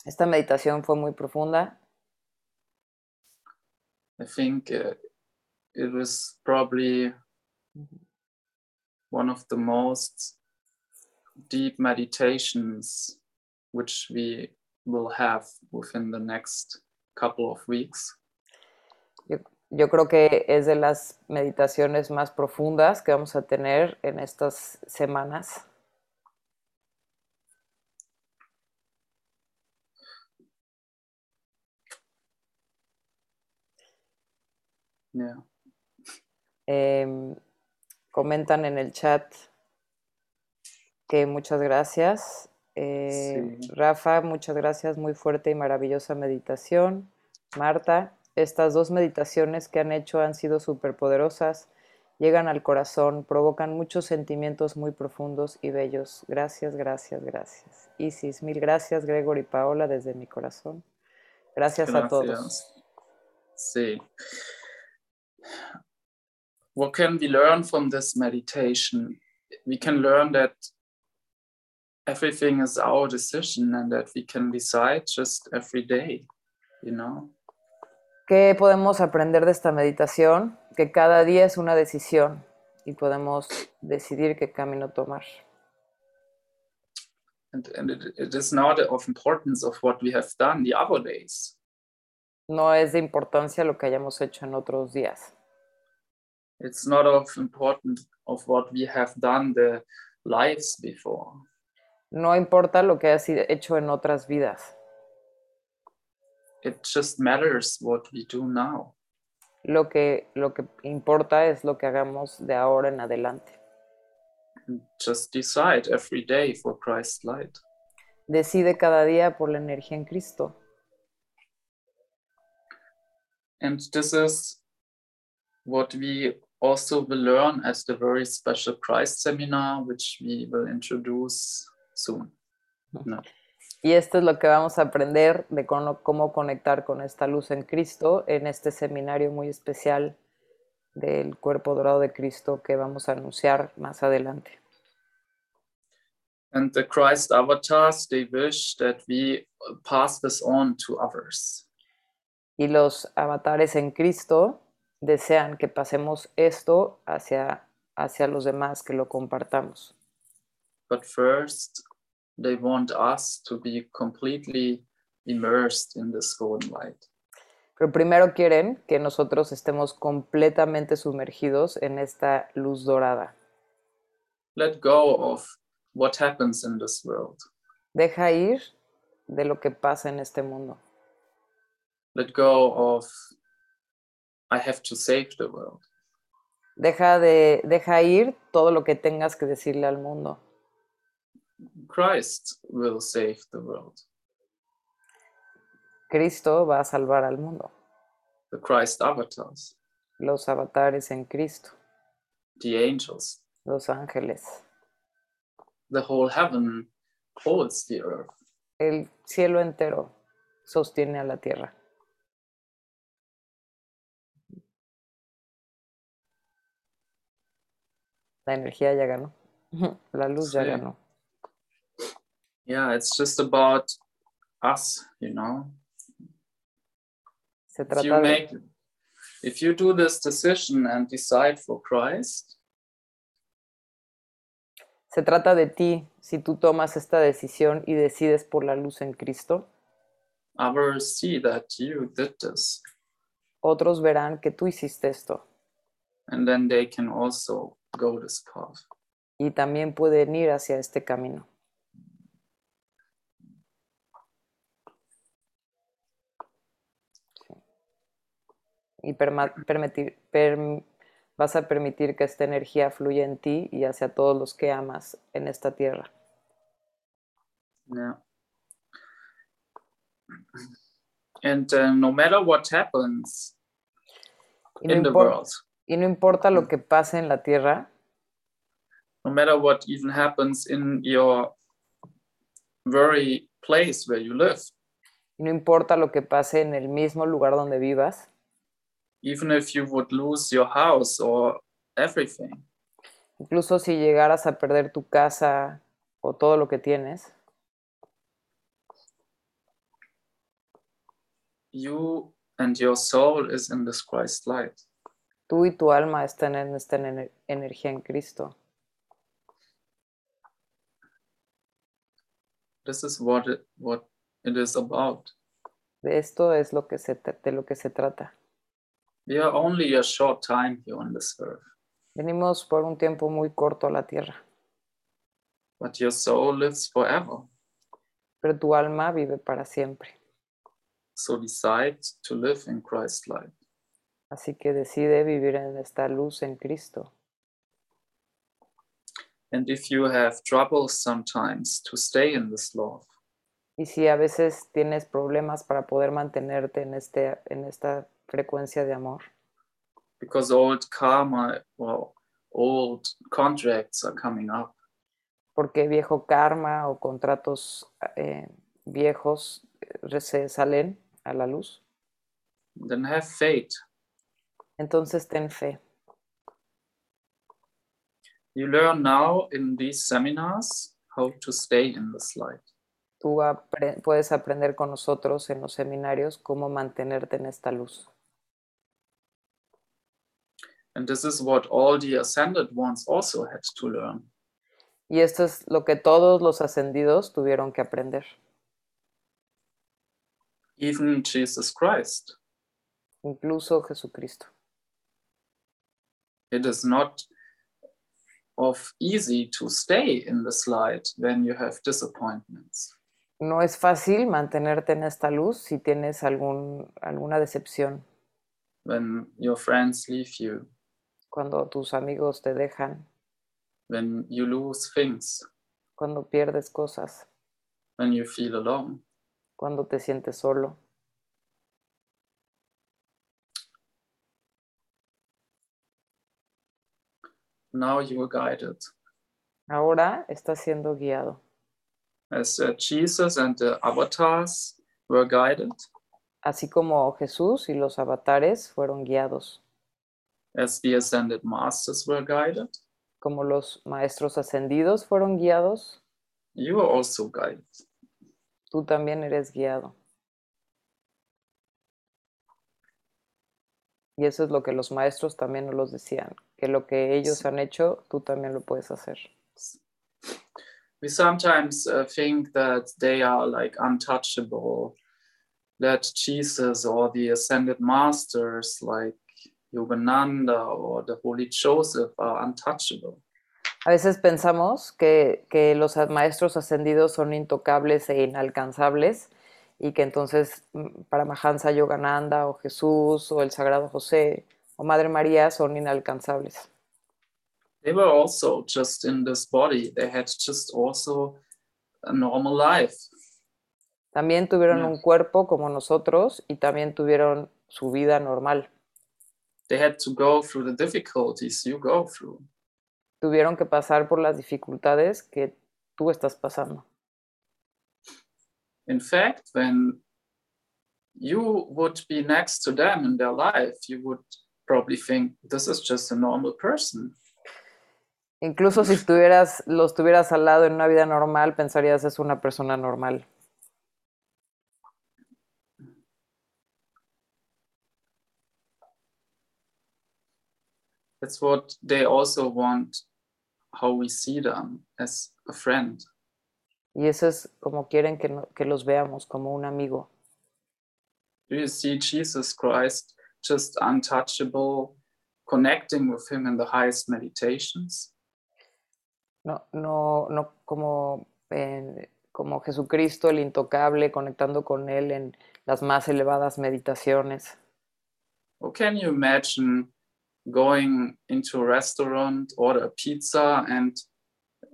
Speaker 2: Esta meditación fue muy profunda.
Speaker 1: I think uh, it was probably one of the most deep meditations which we will have within the next couple of weeks.
Speaker 2: Yo, yo creo que es de las meditaciones más profundas que vamos a tener en estas semanas.
Speaker 1: Yeah.
Speaker 2: Em, comentan en el chat que muchas gracias. Eh,
Speaker 1: Sí.
Speaker 2: Rafa, muchas gracias, muy fuerte y maravillosa meditación. Marta, Estas dos meditaciones que han hecho han sido súper poderosas, llegan al corazón, provocan muchos sentimientos muy profundos y bellos. Gracias, gracias, gracias. Isis, mil gracias, Gregory y Paola, desde mi corazón. Gracias, gracias. a todos.
Speaker 1: Sí. What can we learn from this meditation? We can learn that everything is our decision and that we can decide just every day, you know.
Speaker 2: ¿Qué podemos aprender de esta meditación? Que cada día es una decisión y podemos decidir qué camino tomar.
Speaker 1: And, and it, it is not of importance of what we have done the other days.
Speaker 2: No es de importancia lo que hayamos hecho en otros días.
Speaker 1: It's not of importance of what we have done the lives before
Speaker 2: no importa lo que hayas hecho en otras vidas.
Speaker 1: It just matters what we do now.
Speaker 2: Lo que, lo que importa es lo que hagamos de ahora en adelante.
Speaker 1: Just decide every day for Christ's light.
Speaker 2: Decide cada día por la energía en Cristo.
Speaker 1: And this is what we also will learn at the very special Christ seminar, which we will introduce Soon. No.
Speaker 2: Y esto es lo que vamos a aprender de cómo, cómo, conectar con esta luz en Cristo en este seminario muy especial del cuerpo dorado de Cristo que vamos a anunciar más adelante.
Speaker 1: And the Christ avatars, they wish that we pass this on to others.
Speaker 2: Y los avatares en Cristo desean que pasemos esto hacia, hacia los demás, que lo compartamos.
Speaker 1: but first they want us to be completely immersed in this golden light.
Speaker 2: Pero primero quieren que nosotros estemos completamente sumergidos en esta luz dorada.
Speaker 1: Let go of what happens in this world.
Speaker 2: Deja ir de lo que pasa en este mundo.
Speaker 1: Let go of I have to save the world.
Speaker 2: Deja de deja ir todo lo que tengas que decirle al mundo.
Speaker 1: Christ will save the world.
Speaker 2: Cristo va a salvar al mundo.
Speaker 1: The Christ avatars.
Speaker 2: Los avatares en Cristo.
Speaker 1: The angels.
Speaker 2: Los ángeles.
Speaker 1: The whole heaven holds the earth.
Speaker 2: El cielo entero sostiene a la tierra. La energía ya ganó. La luz sí. ya ganó.
Speaker 1: yeah it's just about us you know if you make if you do this decision and decide for christ
Speaker 2: se trata de ti si tú tomas esta decisión y decides por la luz en cristo
Speaker 1: others see that you did this
Speaker 2: otros verán que tú hiciste esto
Speaker 1: and then they can also go this path
Speaker 2: y también pueden ir hacia este camino y permitir, per, vas a permitir que esta energía fluya en ti y hacia todos los que amas en esta tierra.
Speaker 1: Yeah. And uh, no matter what happens
Speaker 2: y no
Speaker 1: in the world. Mm.
Speaker 2: Y no importa lo que pase en la tierra.
Speaker 1: No matter what even happens in your very place where you live.
Speaker 2: Y no importa lo que pase en el mismo lugar donde vivas.
Speaker 1: even if you would lose your house or everything.
Speaker 2: Incluso si llegaras a perder tu casa o todo lo que tienes.
Speaker 1: You and your soul is in this Christ light.
Speaker 2: Tú y tu alma están en esta ener energía en Cristo.
Speaker 1: This is what it, what it is about.
Speaker 2: De esto es lo que se de lo que se trata.
Speaker 1: We are only a short time here on this earth.
Speaker 2: Venimos por un tiempo muy corto a la tierra.
Speaker 1: But your soul lives forever.
Speaker 2: Pero tu alma vive para siempre.
Speaker 1: So decide to live in Christ's light.
Speaker 2: Así que decide vivir en esta luz en Cristo.
Speaker 1: And if you have trouble sometimes to stay in this love.
Speaker 2: Y si a veces tienes problemas para poder mantenerte en, este, en esta frecuencia de amor.
Speaker 1: because old karma, well, old contracts are coming up.
Speaker 2: porque viejo karma o contratos eh, viejos eh, se salen a la luz.
Speaker 1: Then have faith.
Speaker 2: Entonces ten fe.
Speaker 1: You learn now in these seminars how to stay in this light.
Speaker 2: Tú apre- puedes aprender con nosotros en los seminarios cómo mantenerte en esta luz.
Speaker 1: And this is what all the ascended ones also had to learn.
Speaker 2: Y esto es lo que todos los ascendidos tuvieron que aprender,
Speaker 1: Even Jesus Christ.
Speaker 2: incluso Jesucristo.
Speaker 1: It is not of easy to stay in this light when you have disappointments.
Speaker 2: No es fácil mantenerte en esta luz si tienes algún, alguna decepción,
Speaker 1: When your friends leave you,
Speaker 2: cuando tus amigos te dejan,
Speaker 1: when you lose things,
Speaker 2: cuando pierdes cosas,
Speaker 1: when you feel alone.
Speaker 2: cuando te sientes solo.
Speaker 1: Now you are guided.
Speaker 2: Ahora estás siendo guiado.
Speaker 1: as uh, Jesus and the avatars were guided,
Speaker 2: así como Jesús y los avatares fueron guiados,
Speaker 1: as the ascended masters were guided,
Speaker 2: como los maestros ascendidos fueron guiados,
Speaker 1: you are also guided.
Speaker 2: tú también eres guiado. Y eso es lo que los maestros también nos los decían, que lo que ellos han hecho, tú también lo puedes hacer.
Speaker 1: We sometimes uh, think that they are like untouchable, that Jesus or the ascended masters like Yogananda or the Holy Joseph are untouchable.
Speaker 2: A veces pensamos que, que los a- maestros ascendidos son intocables e inalcanzables y que entonces mm, Paramahansa Yogananda o Jesús o el Sagrado José o Madre María son inalcanzables.
Speaker 1: They were also just in this body, they had just also a normal life.
Speaker 2: También tuvieron
Speaker 1: Ya.
Speaker 2: un cuerpo como nosotros y también tuvieron su vida normal.
Speaker 1: They had to go through the difficulties you go through.
Speaker 2: Tuvieron que pasar por las dificultades que tú estás pasando.
Speaker 1: in fact, when you would be next to them in their life, you would probably think this is just a normal person.
Speaker 2: Incluso si tuvieras, los tuvieras al lado en una vida normal, pensarías es una persona normal.
Speaker 1: That's what they also want, how we see them as a friend.
Speaker 2: Y eso es como quieren que, no- que los veamos, como un amigo.
Speaker 1: Do you see Jesus Christ just untouchable, connecting with him in the highest meditations?
Speaker 2: No, no, no como, en- como Jesucristo el intocable, conectando con Él en las más elevadas meditaciones.
Speaker 1: Or can you imagine going into a restaurant, order a pizza, and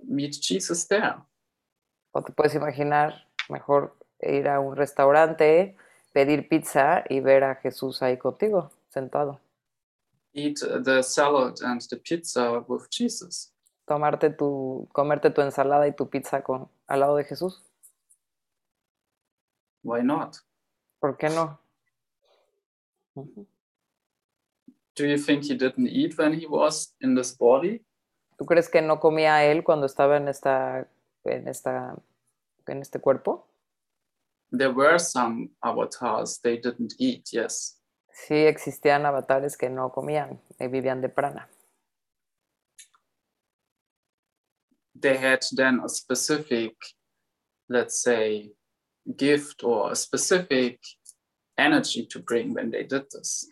Speaker 1: meet Jesus there?
Speaker 2: O te puedes imaginar mejor ir a un restaurante, pedir pizza y ver a Jesús ahí contigo, sentado.
Speaker 1: eat the salad and the pizza with Jesus.
Speaker 2: Tomarte tu, comerte tu ensalada y tu pizza con, al lado de Jesús.
Speaker 1: Why not?
Speaker 2: ¿Por qué no?
Speaker 1: Do you think he didn't eat when he was in this body?
Speaker 2: ¿Tú crees que no comía él cuando estaba en esta, en esta, en este cuerpo?
Speaker 1: There were some avatars they didn't eat, yes.
Speaker 2: Sí existían avatares que no comían, que vivían de prana.
Speaker 1: They had then a specific, let's say, gift or a specific energy to bring when they did this.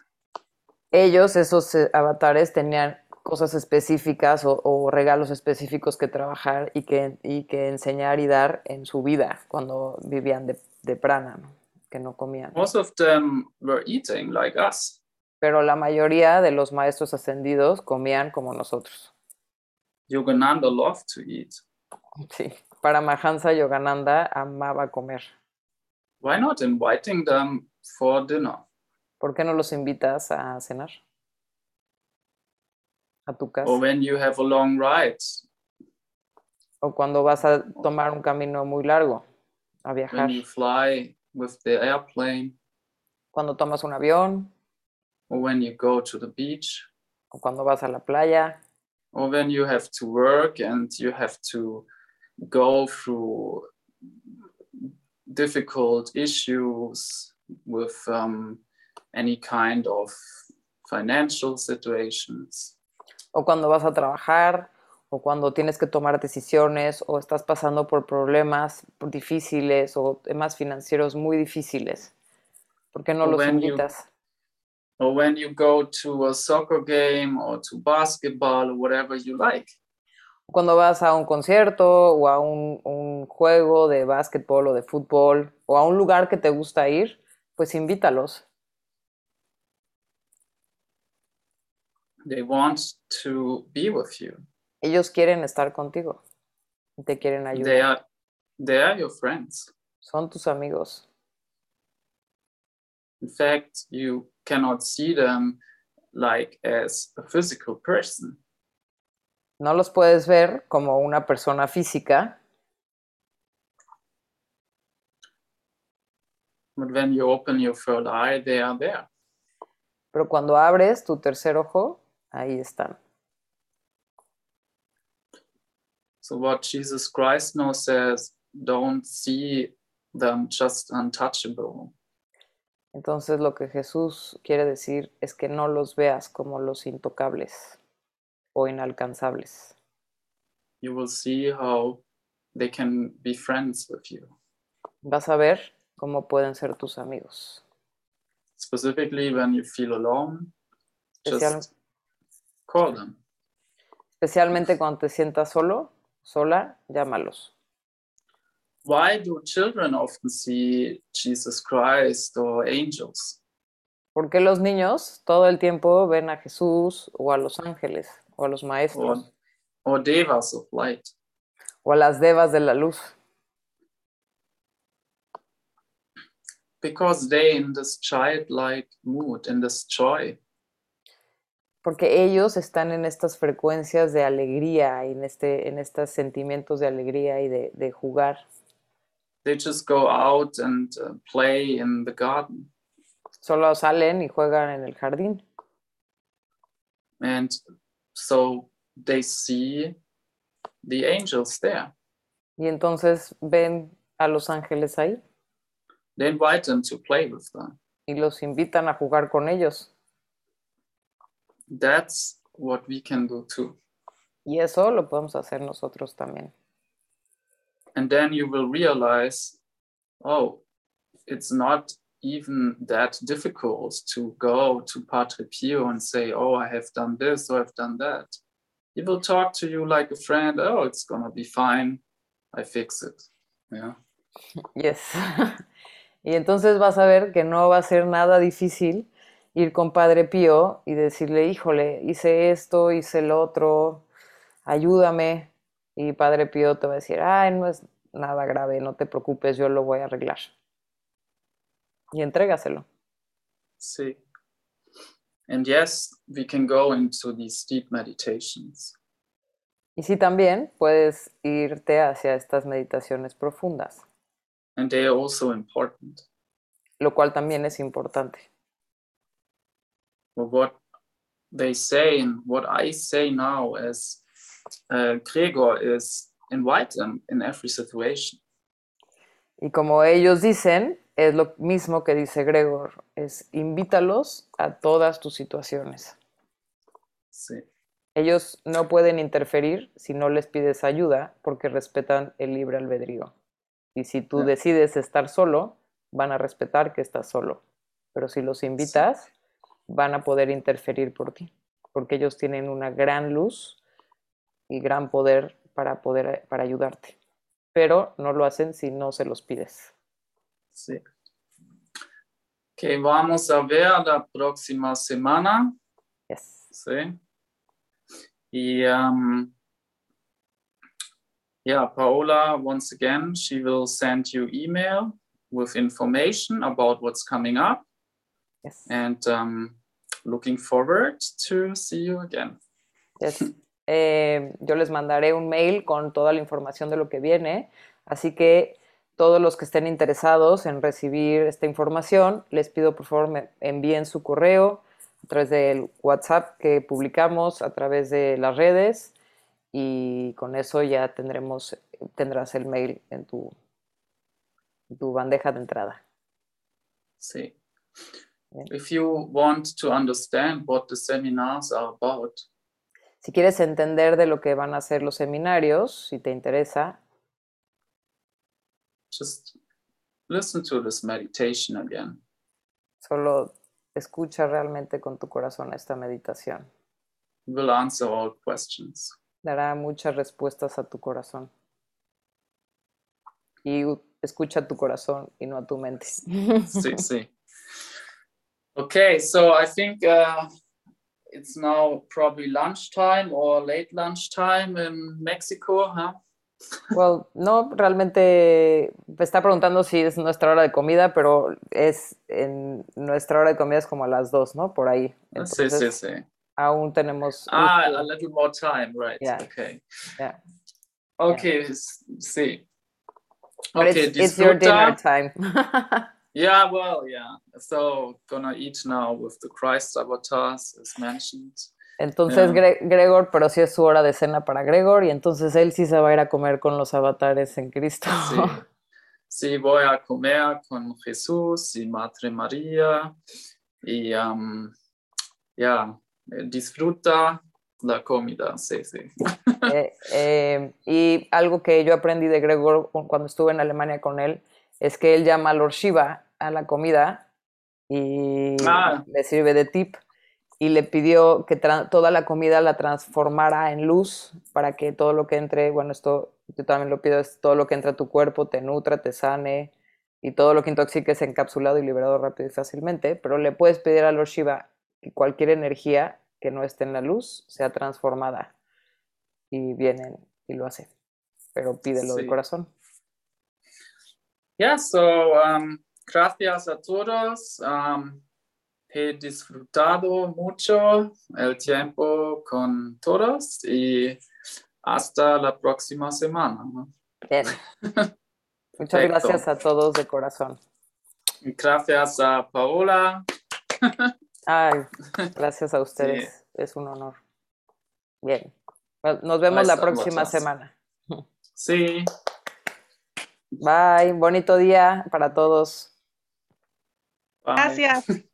Speaker 2: Ellos, esos eh, avatares, tenían cosas específicas o, o regalos específicos que trabajar y que, y que enseñar y dar en su vida cuando vivían de, de prana, ¿no? que no comían.
Speaker 1: Most of them were eating like us.
Speaker 2: Pero la mayoría de los maestros ascendidos comían como nosotros.
Speaker 1: Yogananda loved to eat.
Speaker 2: Sí, Paramahansa Yogananda amaba comer.
Speaker 1: Why not inviting them for dinner?
Speaker 2: ¿Por qué no los invitas a cenar? A tu casa.
Speaker 1: Or when you have a long ride,
Speaker 2: O cuando vas a tomar un camino muy largo, a viajar.
Speaker 1: when you fly with the airplane,
Speaker 2: Cuando tomas un avión,
Speaker 1: or when you go to the beach,
Speaker 2: o cuando vas a la playa,
Speaker 1: or when you have to work and you have to go through difficult issues with um, any kind of financial situations.
Speaker 2: o cuando vas a trabajar, o cuando tienes que tomar decisiones, o estás pasando por problemas difíciles o temas financieros muy difíciles. ¿Por qué no
Speaker 1: O
Speaker 2: los
Speaker 1: when you-
Speaker 2: invitas?
Speaker 1: Or when you go to a soccer game or to basketball or whatever you like.
Speaker 2: Cuando vas a un concierto o a un, un juego de básquetbol o de fútbol o a un lugar que te gusta ir, pues invítalos.
Speaker 1: They want to be with you.
Speaker 2: Ellos quieren estar contigo y te quieren ayudar.
Speaker 1: They are they are your friends.
Speaker 2: Son tus amigos.
Speaker 1: In fact, you cannot see them like as a physical person.
Speaker 2: No los puedes ver como una persona física,
Speaker 1: But when you open your third eye, they are there.
Speaker 2: pero cuando abres tu tercer ojo, ahí están.
Speaker 1: So what Jesus Christ now says, don't see them just untouchable.
Speaker 2: Entonces lo que Jesús quiere decir es que no los veas como los intocables o inalcanzables.
Speaker 1: You will see how they can be friends with you.
Speaker 2: Vas a ver cómo pueden ser tus amigos.
Speaker 1: Specifically when you feel alone,
Speaker 2: Especial-
Speaker 1: just call them.
Speaker 2: especialmente cuando te sientas solo, sola, llámalos.
Speaker 1: Why do children often see Jesus Christ or angels?
Speaker 2: Porque los niños todo el tiempo ven a Jesús o a los ángeles o a los maestros
Speaker 1: Or, or devas of light?
Speaker 2: o a las devas de la luz?
Speaker 1: Because they in this childlike mood, in this joy,
Speaker 2: Porque ellos están en estas frecuencias de alegría, en, este, en estos sentimientos de alegría y de, de jugar.
Speaker 1: they just go out and uh, play in the garden.
Speaker 2: Solo salen y juegan en el jardín.
Speaker 1: And so they see the angels there.
Speaker 2: Y entonces ven a los ángeles ahí
Speaker 1: They invite them to play with them.
Speaker 2: y los invitan a jugar con ellos.
Speaker 1: That's what we can do too.
Speaker 2: Y eso lo podemos hacer nosotros también.
Speaker 1: And then you will realize oh, it's not even that difficult to go to Patre Pio and say, oh, I have done this or I've done that. He will talk to you like a friend. Oh, it's going to be fine. I fix it. Yeah.
Speaker 2: Yes. Y entonces vas a ver que no va a ser nada difícil ir con Padre Pío y decirle, híjole, hice esto, hice el otro, ayúdame. Y Padre Pío te va a decir, ay, no es nada grave, no te preocupes, yo lo voy a arreglar. Y entrégaselo.
Speaker 1: See. And yes, we can go into these deep meditations.
Speaker 2: Y sí, también puedes irte hacia estas meditaciones profundas,
Speaker 1: And they are also important.
Speaker 2: lo cual también es importante.
Speaker 1: But what they say and what I say now as uh, Gregor is invite them in every situation.
Speaker 2: Y como ellos dicen, es lo mismo que dice Gregor, es invítalos a todas tus situaciones.
Speaker 1: See.
Speaker 2: Ellos no pueden interferir si no les pides ayuda porque respetan el libre albedrío. Y si tú
Speaker 1: Ya.
Speaker 2: decides estar solo, van a respetar que estás solo. Pero si los invitas, van a poder interferir por ti, porque ellos tienen una gran luz y gran poder para poder para ayudarte. Pero no lo hacen si no se los pides.
Speaker 1: Sí. Que vamos a ver la próxima semana.
Speaker 2: Yes.
Speaker 1: Sí. Y, um, yeah, Paola, once again, she will send you email with information about what's coming up.
Speaker 2: Yes.
Speaker 1: And um, looking forward to see you again.
Speaker 2: Yes. Eh, yo les mandaré un mail con toda la información de lo que viene, así que todos los que estén interesados en recibir esta información, les pido por favor me envíen su correo a través del WhatsApp que publicamos, a través de las redes y con eso ya tendremos, tendrás el mail en tu, en tu bandeja de entrada.
Speaker 1: See.
Speaker 2: Yeah.
Speaker 1: If you want to understand what the seminars are about,
Speaker 2: Si quieres entender de lo que van a ser los seminarios, si te interesa,
Speaker 1: just listen to this meditation again.
Speaker 2: solo escucha realmente con tu corazón esta meditación.
Speaker 1: It will answer all questions.
Speaker 2: dará muchas respuestas a tu corazón. Y u- escucha a tu corazón y no a tu mente.
Speaker 1: see, see. Okay, so I think uh, it's now probably lunchtime or late lunchtime in Mexico, huh?
Speaker 2: Well, no, realmente me está preguntando si es nuestra hora de comida, pero es en nuestra hora de comida es como a las dos, ¿no? Por ahí.
Speaker 1: see, see,
Speaker 2: Entonces,
Speaker 1: see.
Speaker 2: aún tenemos.
Speaker 1: Ah,
Speaker 2: justo-
Speaker 1: a little more time, right?
Speaker 2: Yeah.
Speaker 1: Okay.
Speaker 2: Yeah.
Speaker 1: Okay, s- see.
Speaker 2: but
Speaker 1: Okay,
Speaker 2: it's, it's your
Speaker 1: disfruta.
Speaker 2: dinner time.
Speaker 1: Yeah, well, yeah. So gonna eat now with the Christ avatars as mentioned. Yeah.
Speaker 2: Entonces, Gre- Gregor, pero sí es su hora de cena para Gregor, y entonces él sí se va a ir a comer con los avatares en Cristo.
Speaker 1: Sí. Sí, voy a comer con Jesús y Madre María. Y um, ya, eh, disfruta la comida. Sí, sí.
Speaker 2: Eh, eh, y algo que yo aprendí de Gregor cu- cuando estuve en Alemania con él es que él llama a Lord Shiva a la comida y
Speaker 1: Ah.
Speaker 2: le sirve de tip y le pidió que tra- toda la comida la transformara en luz para que todo lo que entre, bueno, esto yo también lo pido, es todo lo que entra a tu cuerpo te nutra, te sane y todo lo que intoxique es encapsulado y liberado rápido y fácilmente, pero le puedes pedir a Lord Shiva que cualquier energía que no esté en la luz sea transformada y vienen y lo hacen. Pero pídelo de
Speaker 1: Sí.
Speaker 2: corazón.
Speaker 1: Yeah, so um, gracias a todos. Um, he disfrutado mucho el tiempo con todos y hasta la próxima semana. ¿no?
Speaker 2: Bien. Muchas
Speaker 1: Perfecto.
Speaker 2: gracias a todos de corazón.
Speaker 1: Y Gracias a Paola.
Speaker 2: Ay, gracias a ustedes. Es un honor. Bien. Bueno, Nos vemos la
Speaker 1: Gracias,
Speaker 2: próxima
Speaker 1: muchas.
Speaker 2: semana.
Speaker 1: Sí.
Speaker 2: Bye. Bonito día para todos.
Speaker 1: bye.
Speaker 3: Gracias.